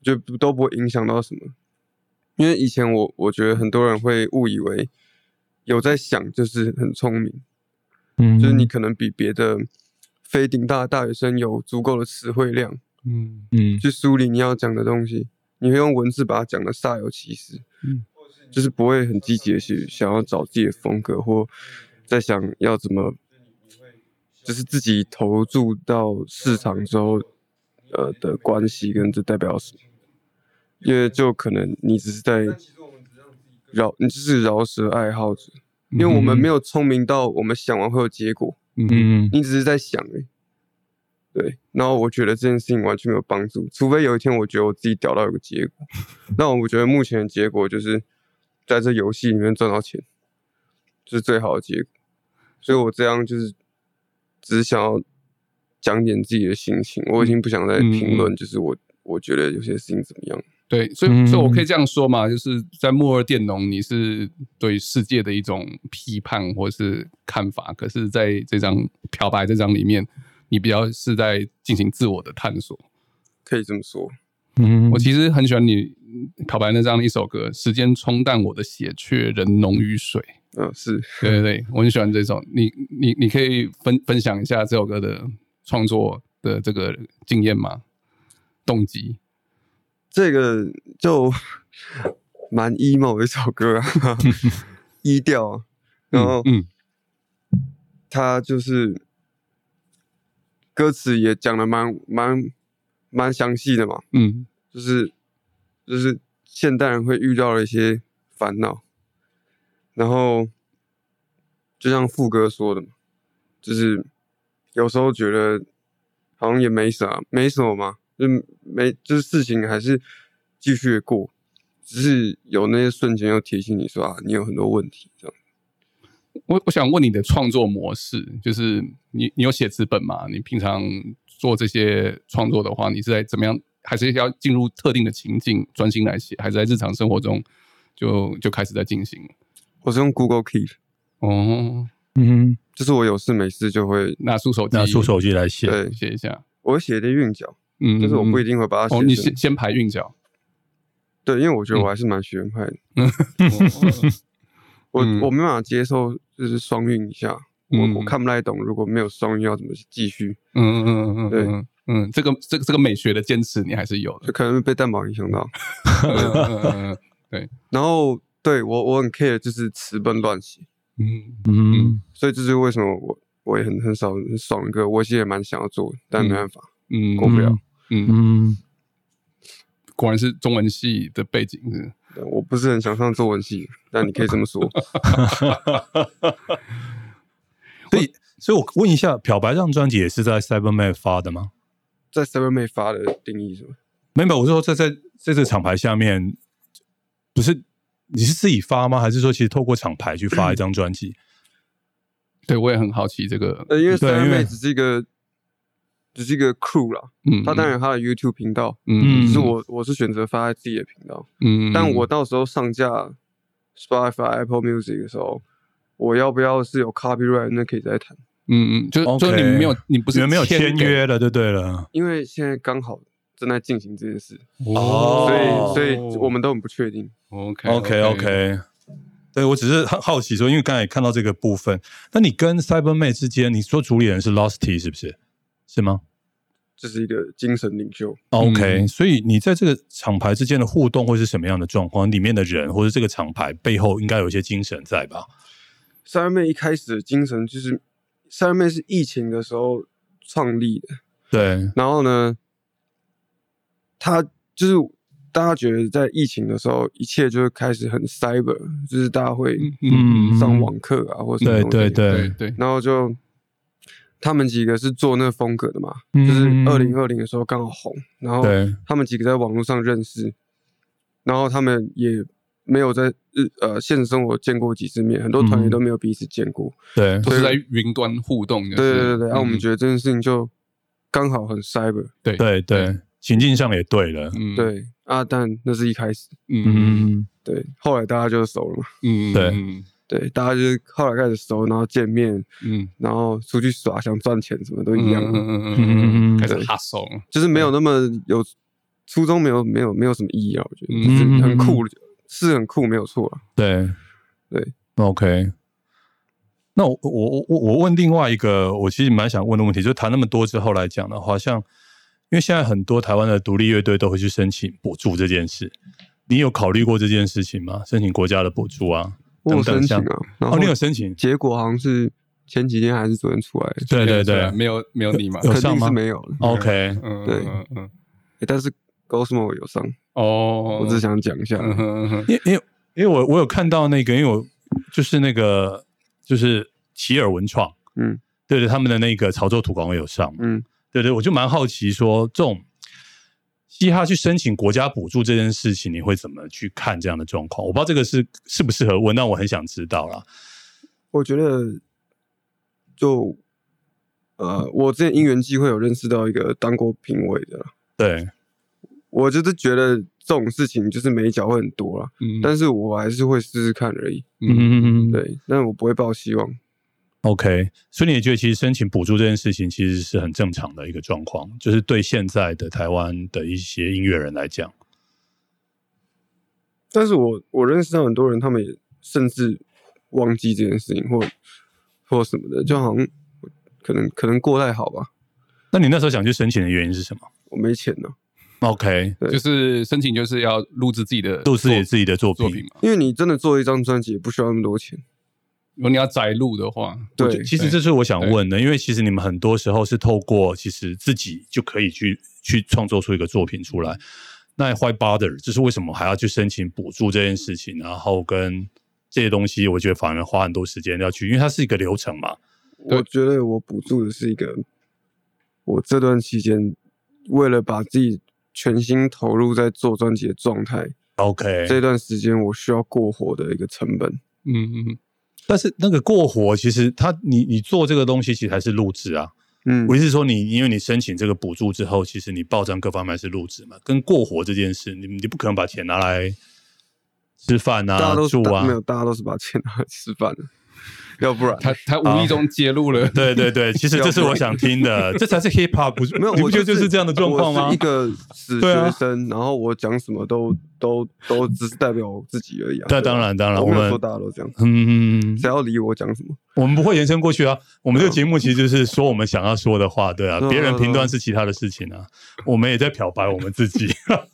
Speaker 3: 就不都不会影响到什么。因为以前我我觉得很多人会误以为有在想就是很聪明，
Speaker 2: 嗯，
Speaker 3: 就是你可能比别的非顶大的大学生有足够的词汇量
Speaker 1: 嗯
Speaker 2: 嗯
Speaker 3: 去梳理你要讲的东西，你会用文字把它讲的煞有其事。
Speaker 1: 嗯
Speaker 3: 就是不会很积极的去想要找自己的风格，或在想要怎么，就是自己投注到市场之后，呃的关系跟这代表什么？因为就可能你只是在饶，你就是饶舌爱好者，因为我们没有聪明到我们想完会有结果，
Speaker 1: 嗯
Speaker 2: 嗯
Speaker 3: 你只是在想而已。对，然后我觉得这件事情完全没有帮助，除非有一天我觉得我自己屌到有个结果。那我觉得目前的结果就是在这游戏里面赚到钱，这是最好的结果。所以我这样就是只想要讲点自己的心情，我已经不想再
Speaker 1: 嗯
Speaker 3: 评论，就是我我觉得有些事情怎么样。
Speaker 1: 对，所以、
Speaker 2: 嗯
Speaker 1: 所以我可以这样说嘛，就是在末日电农，你是对世界的一种批判或是看法，可是在这张《漂白》这张里面，你比较是在进行自我的探索。
Speaker 3: 可以这么说，
Speaker 2: 嗯，
Speaker 1: 我其实很喜欢你《漂白》那张一首歌，《时间冲淡我的血，却仍浓于水》。
Speaker 3: 嗯、是
Speaker 1: 对对对，我很喜欢这首。你你你可以分分享一下这首歌的创作的这个经验吗？动机？
Speaker 3: 这个就 蛮 emo 的一首歌啊， 低调啊，然后
Speaker 1: 嗯
Speaker 3: 他就是歌词也讲的蛮蛮蛮详细的嘛，
Speaker 1: 嗯
Speaker 3: 就是就是现代人会遇到的一些烦恼，然后就像副歌说的嘛，就是有时候觉得好像也没啥，没什么嘛，就没就是事情还是继续地过，只是有那些瞬间又提醒你说啊，你有很多问题这样。
Speaker 1: 我我想问你的创作模式，就是你你有写纸本吗？你平常做这些创作的话，你是在怎么样？还是要进入特定的情境专心来写，还是在日常生活中就就开始在进行？
Speaker 3: 我是用 Google Keep，
Speaker 1: 哦，
Speaker 2: 嗯哼
Speaker 3: 就是我有事没事就会
Speaker 1: 拿出手机，
Speaker 2: 拿出手机来写，
Speaker 3: 对
Speaker 1: 写一下，
Speaker 3: 我会写一些韵脚，
Speaker 1: 嗯，
Speaker 3: 就是我不一
Speaker 1: 定
Speaker 3: 定会把它写
Speaker 1: 哦，
Speaker 3: 成。
Speaker 1: 你嗯先先排韵脚，
Speaker 3: 对，因为我觉得我还是蛮学院派的，我
Speaker 1: 嗯
Speaker 3: 我没办法接受就是双韵一下，
Speaker 1: 嗯
Speaker 3: 我我看不太懂，如果没有双韵要怎么继续，
Speaker 1: 嗯嗯嗯嗯
Speaker 3: 对
Speaker 1: 嗯嗯，这个这个这个美学的坚持你还是有的
Speaker 3: 就可能会被蛋堡影响到。
Speaker 1: 嗯，嗯嗯嗯
Speaker 3: 然后对我我很 care 就是词不能乱写，
Speaker 1: 嗯
Speaker 2: 嗯
Speaker 3: 所以这就是为什么我我也很很少很爽的歌，我其实也蛮想要做的，但没办法，
Speaker 1: 嗯，
Speaker 3: 过不了。
Speaker 1: 嗯，
Speaker 2: 嗯。
Speaker 1: 果然是中文系的背景是。
Speaker 3: 对我不是很想 上 作文系，但你可以这么说。
Speaker 2: 所以所以我问一下，《漂白》这张专辑也是在 Cyberman 发的吗？
Speaker 3: 在 Seven May 发的定义是吗？
Speaker 2: 没有，我是说在在在这个厂牌下面，不是你是自己发吗？还是说其实透过厂牌去发一张专辑？
Speaker 1: 嗯对我也很好奇这个，
Speaker 3: 呃，因为
Speaker 2: 对
Speaker 3: Seven
Speaker 2: 因为
Speaker 3: May 只是一个只是一个 crew 啦，
Speaker 1: 嗯，
Speaker 3: 他当然有他的 YouTube 频道，
Speaker 1: 嗯，嗯，
Speaker 3: 只是
Speaker 1: 嗯，
Speaker 3: 我我是选择发在自己的频道，
Speaker 1: 嗯，
Speaker 3: 但我到时候上架 Spotify、Apple Music 的时候，我要不要是有 copyright 那可以再谈，
Speaker 1: 嗯嗯，就就
Speaker 2: OK
Speaker 1: 你们没有，你不
Speaker 2: 你
Speaker 1: 是
Speaker 2: 们没有签
Speaker 1: 给
Speaker 2: 约了，就对了。
Speaker 3: 因为现在刚好正在进行这件事，
Speaker 2: 哦
Speaker 3: 所以所以我们都很不确定。
Speaker 1: OK
Speaker 2: OK OK，对我只是很好奇说，因为刚才也看到这个部分，那你跟 Cyberman 之间，你说主理人是 Losty 是不是？是吗
Speaker 3: 这是一个精神领袖，
Speaker 2: ？OK，、所嗯以你在这个厂牌之间的互动会是什么样的状况？里面的人或者这个厂牌背后应该有一些精神在吧？
Speaker 3: 三人妹一开始的精神就是，三人妹是疫情的时候创立的。
Speaker 2: 对，
Speaker 3: 然后呢，他就是大家觉得在疫情的时候，一切就会开始很 cyber，就是大家会
Speaker 1: 嗯嗯，
Speaker 3: 上网课啊，或者什么
Speaker 2: 对
Speaker 3: 东西
Speaker 2: 对
Speaker 1: 对
Speaker 2: 对，
Speaker 1: 对，
Speaker 3: 然后就他们几个是做那风格的嘛，
Speaker 2: 就
Speaker 3: 就是二零二零的时候刚好红，然后
Speaker 2: 嗯对
Speaker 3: 他们几个在网络上认识，然后他们也没有在日呃现实生活见过几次面，很多团员
Speaker 2: 嗯
Speaker 3: 都没有彼此见过。
Speaker 2: 对
Speaker 1: 都是在云端互动的，
Speaker 3: 对对对对，
Speaker 2: 嗯
Speaker 3: 然啊后我们
Speaker 1: 得
Speaker 3: 觉得这件事情就刚好很 cyber，
Speaker 2: 对对，情境上也对了。
Speaker 1: 嗯，
Speaker 3: 对啊，但那是一开始，
Speaker 1: 嗯
Speaker 2: 嗯，
Speaker 3: 对，后来大家就熟了嘛，
Speaker 1: 嗯，
Speaker 2: 对
Speaker 1: 嗯
Speaker 3: 对，大家就是后来开始熟，然后见面，
Speaker 1: 嗯
Speaker 3: 然后出去耍，想赚钱什么都
Speaker 1: 嗯
Speaker 3: 一样，
Speaker 1: 嗯嗯嗯，开始
Speaker 3: 对
Speaker 1: hustle，
Speaker 3: 就是没有那么有初衷，没有没有没有什么意义啊，我觉得、
Speaker 1: 嗯
Speaker 3: 就是很
Speaker 2: 嗯
Speaker 3: 酷，是很酷，没有错啊，
Speaker 2: 对
Speaker 3: 对
Speaker 2: ，OK。那我我我我我问另外一个，我其实蛮想问的问题，就是谈那么多之后来讲的话，像因为现在很多台湾的独立乐队都会去申请补助这件事，你有考虑过这件事情吗？申请国家的补助啊？
Speaker 3: 我有申请
Speaker 2: 等等
Speaker 3: 啊，然
Speaker 2: 哦，
Speaker 3: 后
Speaker 2: 你有申请？
Speaker 3: 结果好像是前几天还是昨天出来的，
Speaker 2: 对对啊对
Speaker 1: 没有没有你嘛
Speaker 2: 有
Speaker 3: 肯
Speaker 2: 上
Speaker 3: 定
Speaker 2: 吗
Speaker 3: 是没有了，
Speaker 2: ，OK，
Speaker 1: 嗯嗯
Speaker 3: 诶但是 Gosmo 有上，
Speaker 1: 哦，
Speaker 3: 我只想讲一下，
Speaker 1: 嗯哼
Speaker 2: 因因为因为我我有看到那个，因为我就是那个就是奇尔文创，
Speaker 3: 嗯
Speaker 2: 对对，他们的那个潮州土广有上，
Speaker 3: 嗯，
Speaker 2: 对对，我就蛮好奇说，这种嘻哈去申请国家补助这件事情，你会怎么去看这样的状况？我不知道这个是适不适合问，但我很想知道啦。
Speaker 3: 我觉得就呃，我之前因缘际会有认识到一个当过评委的啦，
Speaker 2: 对，
Speaker 3: 我就是觉得这种事情就是美角会很多啦，
Speaker 1: 嗯，
Speaker 3: 但是我还是会试试看而已，
Speaker 2: 嗯，
Speaker 3: 对，但我不会抱希望。
Speaker 2: ，OK。所以你也觉得，其实申请补助这件事情，其实是很正常的一个状况，就是对现在的台湾的一些音乐人来讲，
Speaker 3: 但是我我认识到很多人，他们也甚至忘记这件事情，或或什么的，就好像可能可能过太好吧，
Speaker 2: 那你那时候想去申请的原因是什么
Speaker 3: 我没钱呢、
Speaker 2: ？OK，
Speaker 1: 就是申请就是要录制自己的
Speaker 2: 录自己自己的作品
Speaker 1: 作。品嘛，
Speaker 3: 因为你真的做一张专辑也不需要那么多钱，
Speaker 1: 如果你要摘录的话，
Speaker 2: 我觉
Speaker 3: 对
Speaker 2: 得，其实这是我想问的，因为其实你们很多时候是透过其实自己就可以去去创作出一个作品出来。那 why bother？就是为什么还要去申请补助这件事情，然后跟这些东西，我觉得反而花很多时间要去，因为它是一个流程嘛。
Speaker 3: 我觉得我补助的是一个，我这段期间为了把自己全心投入在做专辑的状态，
Speaker 2: OK，
Speaker 3: 这段时间我需要过活的一个成本。
Speaker 1: 嗯嗯
Speaker 2: 但是那个过活，其实它你你做这个东西，其实还是录制啊。
Speaker 3: 嗯
Speaker 2: 我意思是说你，因为你申请这个补助之后，其实你报账各方面是入职嘛，跟过活这件事，你你不可能把钱拿来吃饭
Speaker 3: 大
Speaker 2: 啊
Speaker 3: 家都、是
Speaker 2: 住
Speaker 3: 大
Speaker 2: 啊
Speaker 3: 没，有，大家都是把钱拿来吃 饭的，要不然
Speaker 1: 他他无意中揭露了，
Speaker 2: 对对对，其实这是我想听 的，这才是 hip hop，不是？
Speaker 3: 没有，
Speaker 2: 你
Speaker 3: 我
Speaker 2: 不觉得就是这样的状况
Speaker 3: 我
Speaker 2: 吗
Speaker 3: 是一？个死
Speaker 2: 对啊
Speaker 3: 学生，然后我讲什么都都都只是代表我自己而已啊。
Speaker 2: 那
Speaker 3: 对吧
Speaker 2: 当然当然，
Speaker 3: 我
Speaker 2: 我
Speaker 3: 没有
Speaker 2: 们
Speaker 3: 说大家都这样，
Speaker 2: 嗯，
Speaker 3: 谁要理我讲什么？
Speaker 2: 我们不会延伸过去啊。我们这个节目其实就是说我们想要说的话，对啊，
Speaker 3: 嗯
Speaker 2: 别人评断是其他的事情啊，我们也在漂白我们自己，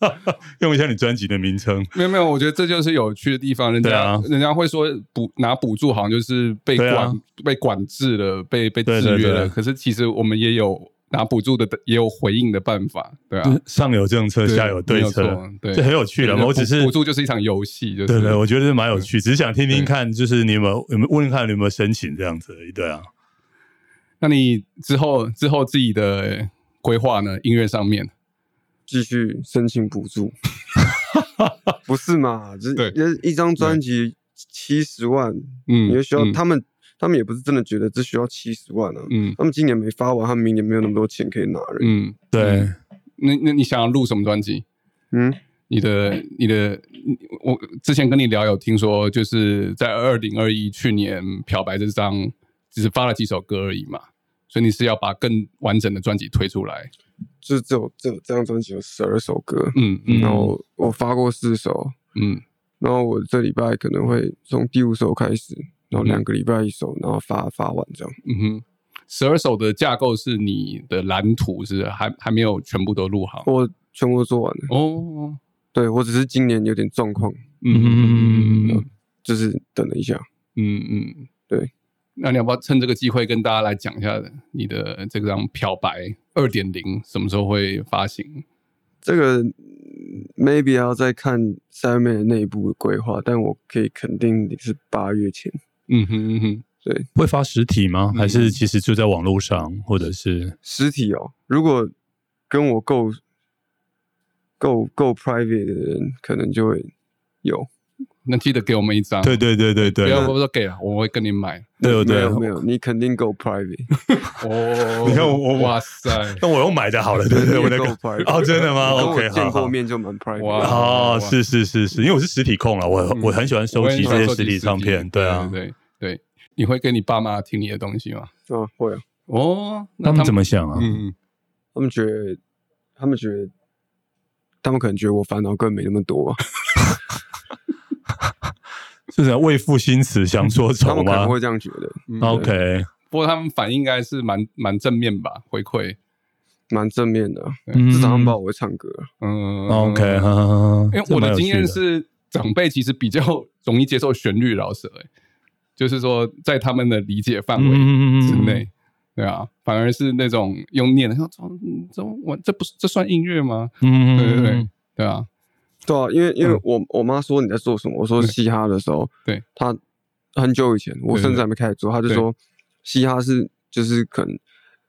Speaker 2: 用一下你专辑的名称，
Speaker 1: 没有没有，我觉得这就是有趣的地方。人
Speaker 2: 对
Speaker 1: 家、
Speaker 2: 啊
Speaker 1: 人家会说补拿补助好像就是被
Speaker 2: 对
Speaker 1: 管、
Speaker 2: 啊
Speaker 1: 被管制了，被被制
Speaker 2: 对
Speaker 1: 约了。
Speaker 2: 对对
Speaker 1: 可是其实我们也有拿补助的，也有回应的办法，对啊，
Speaker 2: 上有政策，
Speaker 1: 对
Speaker 2: 下有对
Speaker 1: 没
Speaker 2: 策
Speaker 1: 有错，啊对
Speaker 2: 这很有趣了。
Speaker 1: 对
Speaker 2: 我只是
Speaker 1: 补助就是一场游戏，就是
Speaker 2: 对对，我觉得是蛮有趣，只是想听听看，就是你有没有有没有问看你有没有申请这样子而已，对啊，
Speaker 1: 那你之后之后自己的规划呢？音乐上面，
Speaker 3: 继续申请补 助，不是嘛？这
Speaker 1: 对
Speaker 3: 这一张专辑七十万，
Speaker 1: 嗯，
Speaker 3: 你就需要
Speaker 1: 嗯
Speaker 3: 他们，他们也不是真的觉得只需要七十万啊。
Speaker 1: 嗯
Speaker 3: 他们今年没发完，他们明年没有那么多钱可以拿而已。
Speaker 1: 嗯，
Speaker 2: 对，
Speaker 1: 那那你想要录什么专辑？
Speaker 3: 嗯，
Speaker 1: 你的你的，你我之前跟你聊有听说，就是在二零二一去年《漂白》这张只是发了几首歌而已嘛，所以你是要把更完整的专辑推出来。
Speaker 3: 就是只有这这张专辑有十二首歌，
Speaker 1: 嗯嗯
Speaker 3: 然后我发过四首，
Speaker 1: 嗯
Speaker 3: 然后我这礼拜可能会从第五首开始，然后
Speaker 1: 嗯
Speaker 3: 两个礼拜一首，然后发发完这样。
Speaker 1: 嗯哼，十二首的架构是你的蓝图是还还没有全部都录好
Speaker 3: 我全部都做完了，
Speaker 1: 哦。
Speaker 3: 对我只是今年有点状况，
Speaker 1: 嗯嗯嗯嗯
Speaker 3: 就是等了一下。
Speaker 1: 嗯嗯，。那你要不要趁这个机会跟大家来讲一下你的这张《漂白》二点零什么时候会发行？
Speaker 3: 这个嗯 maybe 要再看三妹的内部规划，但我可以肯定是八月前。
Speaker 1: 嗯哼嗯哼。
Speaker 3: 对，
Speaker 2: 会发实体吗？
Speaker 1: 嗯
Speaker 2: 还是其实就在网络上，或者是
Speaker 3: 实体哦，如果跟我够够够 private 的人，可能就会有。
Speaker 1: 那记得给我们一张。
Speaker 2: 对对对对
Speaker 1: 不
Speaker 2: 对，
Speaker 1: 要不说给了，啊我会跟你买。
Speaker 2: 对哦
Speaker 3: 没
Speaker 2: 对
Speaker 3: 有没有，你肯定够 private，
Speaker 1: 哦，
Speaker 2: 你看我我
Speaker 1: 哇塞，
Speaker 2: 那我用买的好了， 对
Speaker 3: 你
Speaker 2: 对，
Speaker 3: 也
Speaker 2: 我那
Speaker 3: 够
Speaker 2: 个
Speaker 3: private
Speaker 2: 哦，真的吗
Speaker 3: 你跟
Speaker 2: ？OK，
Speaker 3: 我
Speaker 2: 好
Speaker 3: 见
Speaker 2: 好
Speaker 3: 过。面就蛮 private 的。
Speaker 1: 哇
Speaker 2: 哦，
Speaker 1: 哇
Speaker 2: 是是是是，因为我是实体控了，我我很喜欢 收
Speaker 1: 我也
Speaker 2: 集
Speaker 1: 喜欢
Speaker 2: 这些
Speaker 1: 收
Speaker 2: 实体唱片，
Speaker 1: 对
Speaker 2: 啊，
Speaker 1: 对对，对你会跟你爸妈听你的东西吗？
Speaker 3: 啊，会啊，
Speaker 1: 哦，那
Speaker 2: 他们怎么想啊？
Speaker 1: 嗯，
Speaker 3: 他们觉得，他们觉得，他们可能觉得我烦恼根本没那么多啊，
Speaker 2: 是想为赋新词强说
Speaker 3: 他
Speaker 2: 愁
Speaker 3: 们可能
Speaker 2: 吗
Speaker 3: 会这样觉得，
Speaker 1: 嗯
Speaker 2: ？OK，
Speaker 1: 不过他们反应应该是蛮蛮正面吧，回馈。
Speaker 3: 蛮正面的啊、
Speaker 2: 嗯
Speaker 3: 至少他们把我会唱歌啊，
Speaker 1: 嗯
Speaker 2: 哦 OK，哈哈哈
Speaker 1: 因为
Speaker 2: 这
Speaker 1: 我
Speaker 2: 蛮
Speaker 1: 的
Speaker 2: 有
Speaker 1: 经验
Speaker 2: 趣的
Speaker 1: 是，长辈其实比较 容易接受旋律饶舌、欸，就是说在他们的理解范围
Speaker 2: 嗯
Speaker 1: 之内，对啊，反而是那种用念的，像这这我这不是这算音乐吗？
Speaker 2: 嗯
Speaker 1: 对对对，对啊，
Speaker 3: 对啊，因为因为
Speaker 1: 嗯
Speaker 3: 我、我妈说你在做什么，我
Speaker 2: 嗯
Speaker 3: 说
Speaker 1: 对
Speaker 3: 嘻哈的时候，
Speaker 1: 对，
Speaker 3: 她很久以前，我
Speaker 1: 对对
Speaker 3: 甚至还没开始做，她就
Speaker 1: 对
Speaker 3: 说嘻哈是就是可能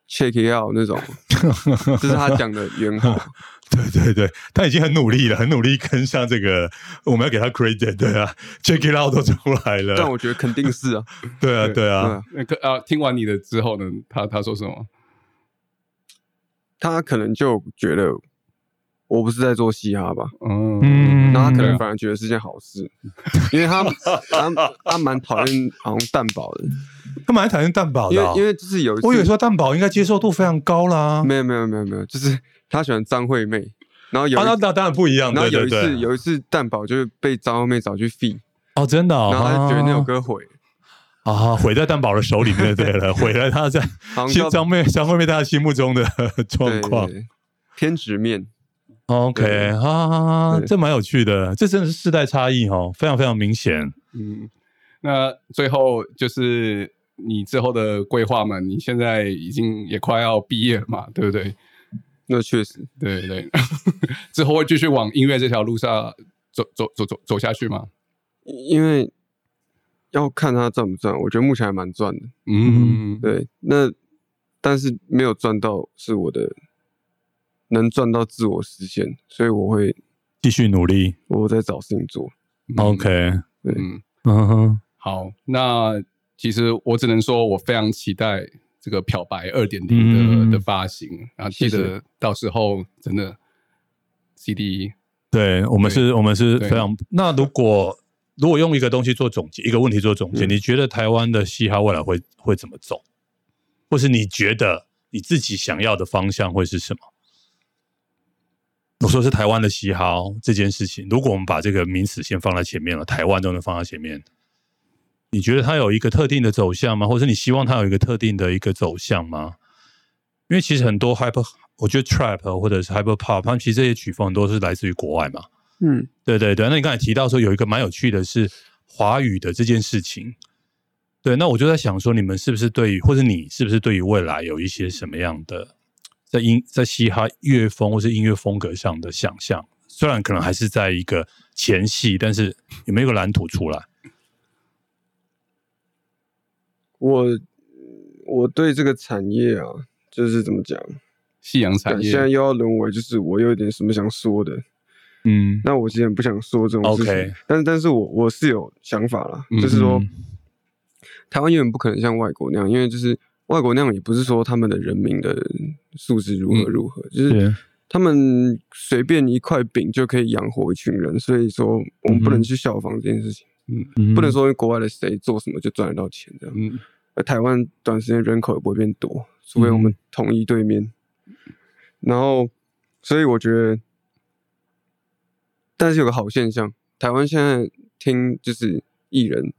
Speaker 3: check it out 那种，这是她讲的原 话。
Speaker 2: 对对对，他已经很努力了，很努力跟上这个，我们要给他 credit，对啊，check it out 都出来
Speaker 3: 但
Speaker 2: 了，
Speaker 3: 我觉得肯定是啊，
Speaker 2: 对啊
Speaker 1: 对
Speaker 2: 对
Speaker 3: 对
Speaker 2: 啊
Speaker 3: 啊，
Speaker 1: 那个啊，听完你的之后呢，他他说什么？
Speaker 3: 她可能就觉得我不是在做嘻哈吧，
Speaker 1: 嗯
Speaker 2: 嗯
Speaker 3: 然后她可
Speaker 1: 对
Speaker 3: 能
Speaker 1: 啊
Speaker 3: 反而觉得是件好事，因为她 她她蛮讨厌好像蛋堡的，
Speaker 2: 他蛮讨厌蛋堡
Speaker 3: 因
Speaker 2: 的
Speaker 3: 为
Speaker 2: 哦，
Speaker 3: 因为就是有一次
Speaker 2: 我以为说蛋堡应该接受度非常高啦，
Speaker 3: 没有没有没有没有，就是她喜欢张惠妹，然后有
Speaker 2: 啊，
Speaker 3: 一
Speaker 2: 那那当然不一样，
Speaker 3: 然后
Speaker 2: 对
Speaker 3: 有
Speaker 2: 对
Speaker 3: 一次，
Speaker 2: 对，
Speaker 3: 有一次蛋宝就是被张惠妹找去 f e
Speaker 2: 哦，真的哦，
Speaker 3: 然后他就觉得那首歌毁，
Speaker 2: 啊，毁在蛋堡的手里面，对了，毁了他在
Speaker 3: 好
Speaker 2: 心
Speaker 3: 像叫
Speaker 2: 张妹张惠妹大家心目中的状
Speaker 3: 对
Speaker 2: 况。
Speaker 3: 对偏执面，
Speaker 2: OK，
Speaker 3: 对
Speaker 2: 啊，
Speaker 3: 对
Speaker 2: 这蛮有趣的，这真的是世代差异哦，非常非常明显。
Speaker 1: 嗯，那最后就是你之后的规划嘛，你现在已经也快要毕业了嘛，对不对？
Speaker 3: 那确实
Speaker 1: 对对 对，之后会继续往音乐这条路上走走走走走下去吗？
Speaker 3: 因为要看他赚不赚，我觉得目前还蛮赚的。
Speaker 1: 嗯，
Speaker 3: 对，那但是没有赚到是我的能赚到自我实现，所以我会
Speaker 2: 继续努力
Speaker 3: 我在找事情做。
Speaker 1: 嗯
Speaker 2: ，OK，
Speaker 3: 对，
Speaker 1: 嗯，
Speaker 2: 嗯哼，
Speaker 1: 好，那其实我只能说我非常期待这个漂白二点零
Speaker 2: 嗯
Speaker 1: 的的发行，然后记
Speaker 3: 谢
Speaker 1: 得到时候真的 CD
Speaker 2: 对我们是，我们是
Speaker 1: 对
Speaker 2: 非常。那如果如果用一个东西做总结，一个问题做总结，
Speaker 3: 嗯
Speaker 2: 你觉得台湾的嘻哈未来会会怎么走，或是你觉得你自己想要的方向会是什么？我说是台湾的嘻哈哦这件事情，如果我们把这个名词先放在前面了，台湾都能放在前面，你觉得它有一个特定的走向吗？或者你希望它有一个特定的一个走向吗？因为其实很多 hyper，我觉得 trap 或者是 hyper pop，他们其实这些曲风很多是来自于国外嘛。
Speaker 3: 嗯，
Speaker 2: 对对对，那你刚才提到说有一个蛮有趣的是华语的这件事情，对，那我就在想说，你们是不是对于，或者你是不是对于未来有一些什么样的在音在嘻哈乐风或是音乐风格上的想象？虽然可能还是在一个前戏，但是有没有一个蓝图出来？
Speaker 3: 我我对这个产业啊，就是怎么讲，
Speaker 1: 夕阳产
Speaker 3: 但
Speaker 1: 业
Speaker 3: 现在又要沦为就是我有一点什么想说的，
Speaker 2: 嗯
Speaker 3: 那我其实很不想说这种事情
Speaker 2: OK
Speaker 3: 但是但是我我是有想法啦，
Speaker 1: 嗯
Speaker 3: 就是说
Speaker 2: 嗯
Speaker 3: 台湾永远不可能像外国那样，因为就是外国那样也不是说他们的人民的素质如何
Speaker 1: 嗯
Speaker 3: 如何，就是
Speaker 2: 是
Speaker 3: 他们随便一块饼就可以养活一群人，所以说我们不
Speaker 2: 嗯
Speaker 3: 能
Speaker 2: 哼
Speaker 3: 去效仿这件事情，
Speaker 2: 嗯
Speaker 3: 不能说国外的谁做什么就赚得到钱这样。
Speaker 1: 嗯，
Speaker 3: 而台湾短时间人口也不会变多，除非我们统一对面。然后，所以我觉得，但是有个好现象，台湾现在听就是艺人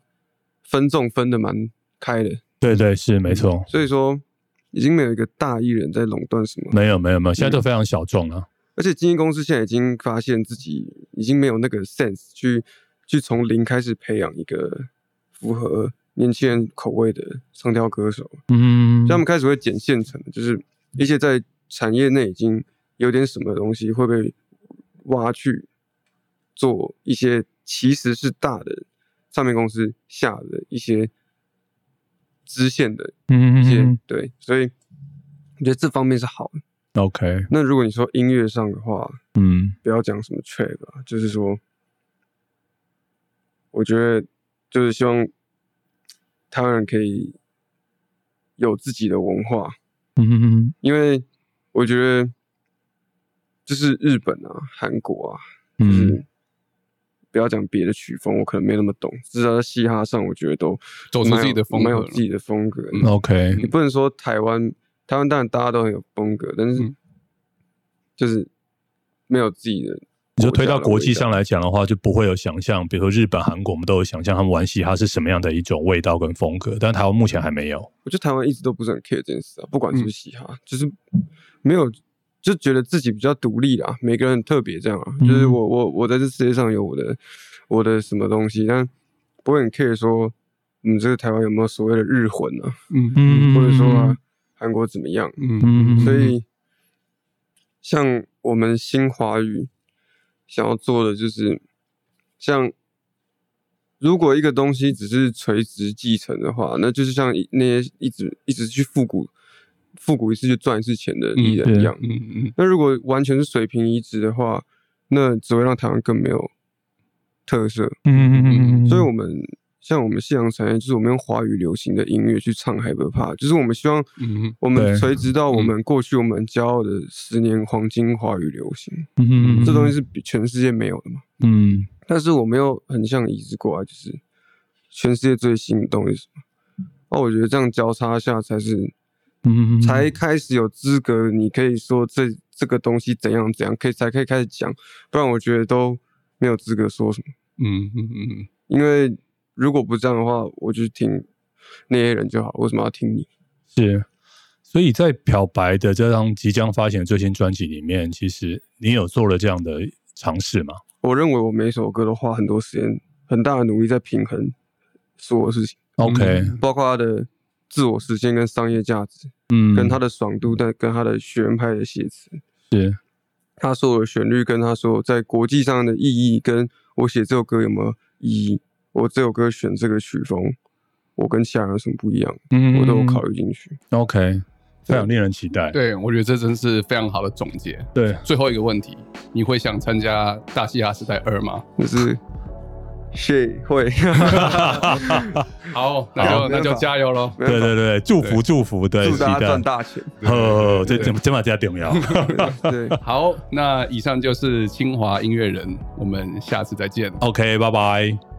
Speaker 3: 分众分的蛮开的，
Speaker 2: 对对是没错，
Speaker 3: 所以说已经没有一个大艺人在垄断什么，
Speaker 2: 没有没有没有，现在都非常小众啊了。
Speaker 3: 而且经纪公司现在已经发现自己已经没有那个 sense 去去从零开始培养一个符合年轻人口味的唱跳歌手。
Speaker 2: 嗯
Speaker 3: 所以他们开始会捡现成的，就是一些在产业内已经有点什么的东西会被挖去做一些其实是大的唱片公司下的一些支线的
Speaker 2: 嗯
Speaker 3: 一些、
Speaker 2: 嗯
Speaker 3: 对，所以我觉得这方面是好的。
Speaker 2: ，OK，
Speaker 3: 那如果你说音乐上的话，
Speaker 2: 嗯
Speaker 3: 不要讲什么 trap 啊，就是说，我觉得就是希望台湾人可以有自己的文化，
Speaker 2: 嗯嗯
Speaker 3: 因为我觉得就是日本啊、韩国啊，就
Speaker 2: 嗯
Speaker 3: 是不要讲别的曲风，我可能没那么懂，至少在嘻哈上，我觉得都
Speaker 1: 走出
Speaker 3: 蛮
Speaker 1: 自己
Speaker 3: 有
Speaker 1: 的风
Speaker 3: 蛮
Speaker 1: 格
Speaker 3: 有
Speaker 1: 了
Speaker 3: 自己的风格的。
Speaker 1: 嗯
Speaker 2: ，OK，
Speaker 3: 你不能说台湾，台湾当然大家都很有风格，但是
Speaker 1: 嗯
Speaker 3: 就是没有自己的。
Speaker 2: 你就推到国际上
Speaker 3: 来，
Speaker 2: 来讲的话，就不会有想象，比如说日本、韩国，我们都有想象他们玩嘻哈是什么样的一种味道跟风格，但台湾目前还没有。
Speaker 3: 我觉得台湾一直都不是很 care 这件事啊，不管是不
Speaker 1: 嗯
Speaker 3: 是嘻哈，就是没有就觉得自己比较独立啦，每个人很特别这样啊，
Speaker 2: 嗯
Speaker 3: 就是我我我在这世界上有我的我的什么东西，但不会很 care 说你们这个台湾有没有所谓的日魂啊，
Speaker 1: 嗯
Speaker 2: 嗯
Speaker 3: 或者说啊韩、国怎么样，
Speaker 1: 嗯
Speaker 3: 所以，像我们新华语想要做的，就是像如果一个东西只是垂直继承的话，那就是像一那些一直一直去复古复古一次就赚一次钱的艺人一样。
Speaker 1: 嗯嗯
Speaker 3: 那如果完全是水平移植的话，那只会让台湾更没有特色。
Speaker 2: 嗯嗯嗯，
Speaker 3: 所以我们像我们夕阳产业，就是我们用华语流行的音乐去唱 h y p e p o p 就是我们希望
Speaker 1: 嗯
Speaker 3: 我
Speaker 2: 对嗯
Speaker 3: 们垂直到我们过去我们骄傲的十年黄金华语流行，
Speaker 2: 嗯
Speaker 3: 这东西是比全世界没有的嘛。
Speaker 2: 嗯
Speaker 3: 但是我们又很像移植过来，就是全世界最新的东西是什么？哦，我觉得这样交叉下才是
Speaker 2: 嗯
Speaker 3: 才开始有资格，你可以说这这个东西怎样怎样，可以才可以开始讲，不然我觉得都没有资格说什么。
Speaker 1: 嗯嗯
Speaker 3: 因为如果不这样的话，我就听那些人就好，为什么要听你？
Speaker 2: 是。所以在《漂白》的这张即将发行的最新专辑里面，其实你有做了这样的尝试吗？
Speaker 3: 我认为我每一首歌都花很多时间、很大的努力在平衡所有事情，
Speaker 2: OK，
Speaker 3: 包括它的自我实现跟商业价值，
Speaker 2: 嗯，
Speaker 3: 跟它的爽度，但跟它的学派的写词，
Speaker 2: 是，
Speaker 3: 它所有的旋律跟它所有在国际上的意义，跟我写这首歌有没有意义，我这首歌选这个曲风，我跟其他人有什么不一样，
Speaker 2: 嗯
Speaker 3: 我都有考虑进去。
Speaker 2: OK，非常令人期待。
Speaker 1: 对，我觉得这真是非常好的总结。
Speaker 2: 对，
Speaker 1: 最后一个问题，你会想参加《大嘻哈时代二》吗？
Speaker 3: 就是 谢会，
Speaker 1: 好，那就
Speaker 3: 好
Speaker 1: 那就加油喽！
Speaker 2: 对对对，祝福祝福，对，
Speaker 3: 祝
Speaker 2: 期
Speaker 3: 大家
Speaker 2: 待
Speaker 3: 赚。大钱。
Speaker 2: 哦，这这这把加重 要。
Speaker 3: 对，
Speaker 1: 好，那以上就是清华音乐人，我们下次再见。
Speaker 2: OK，拜拜。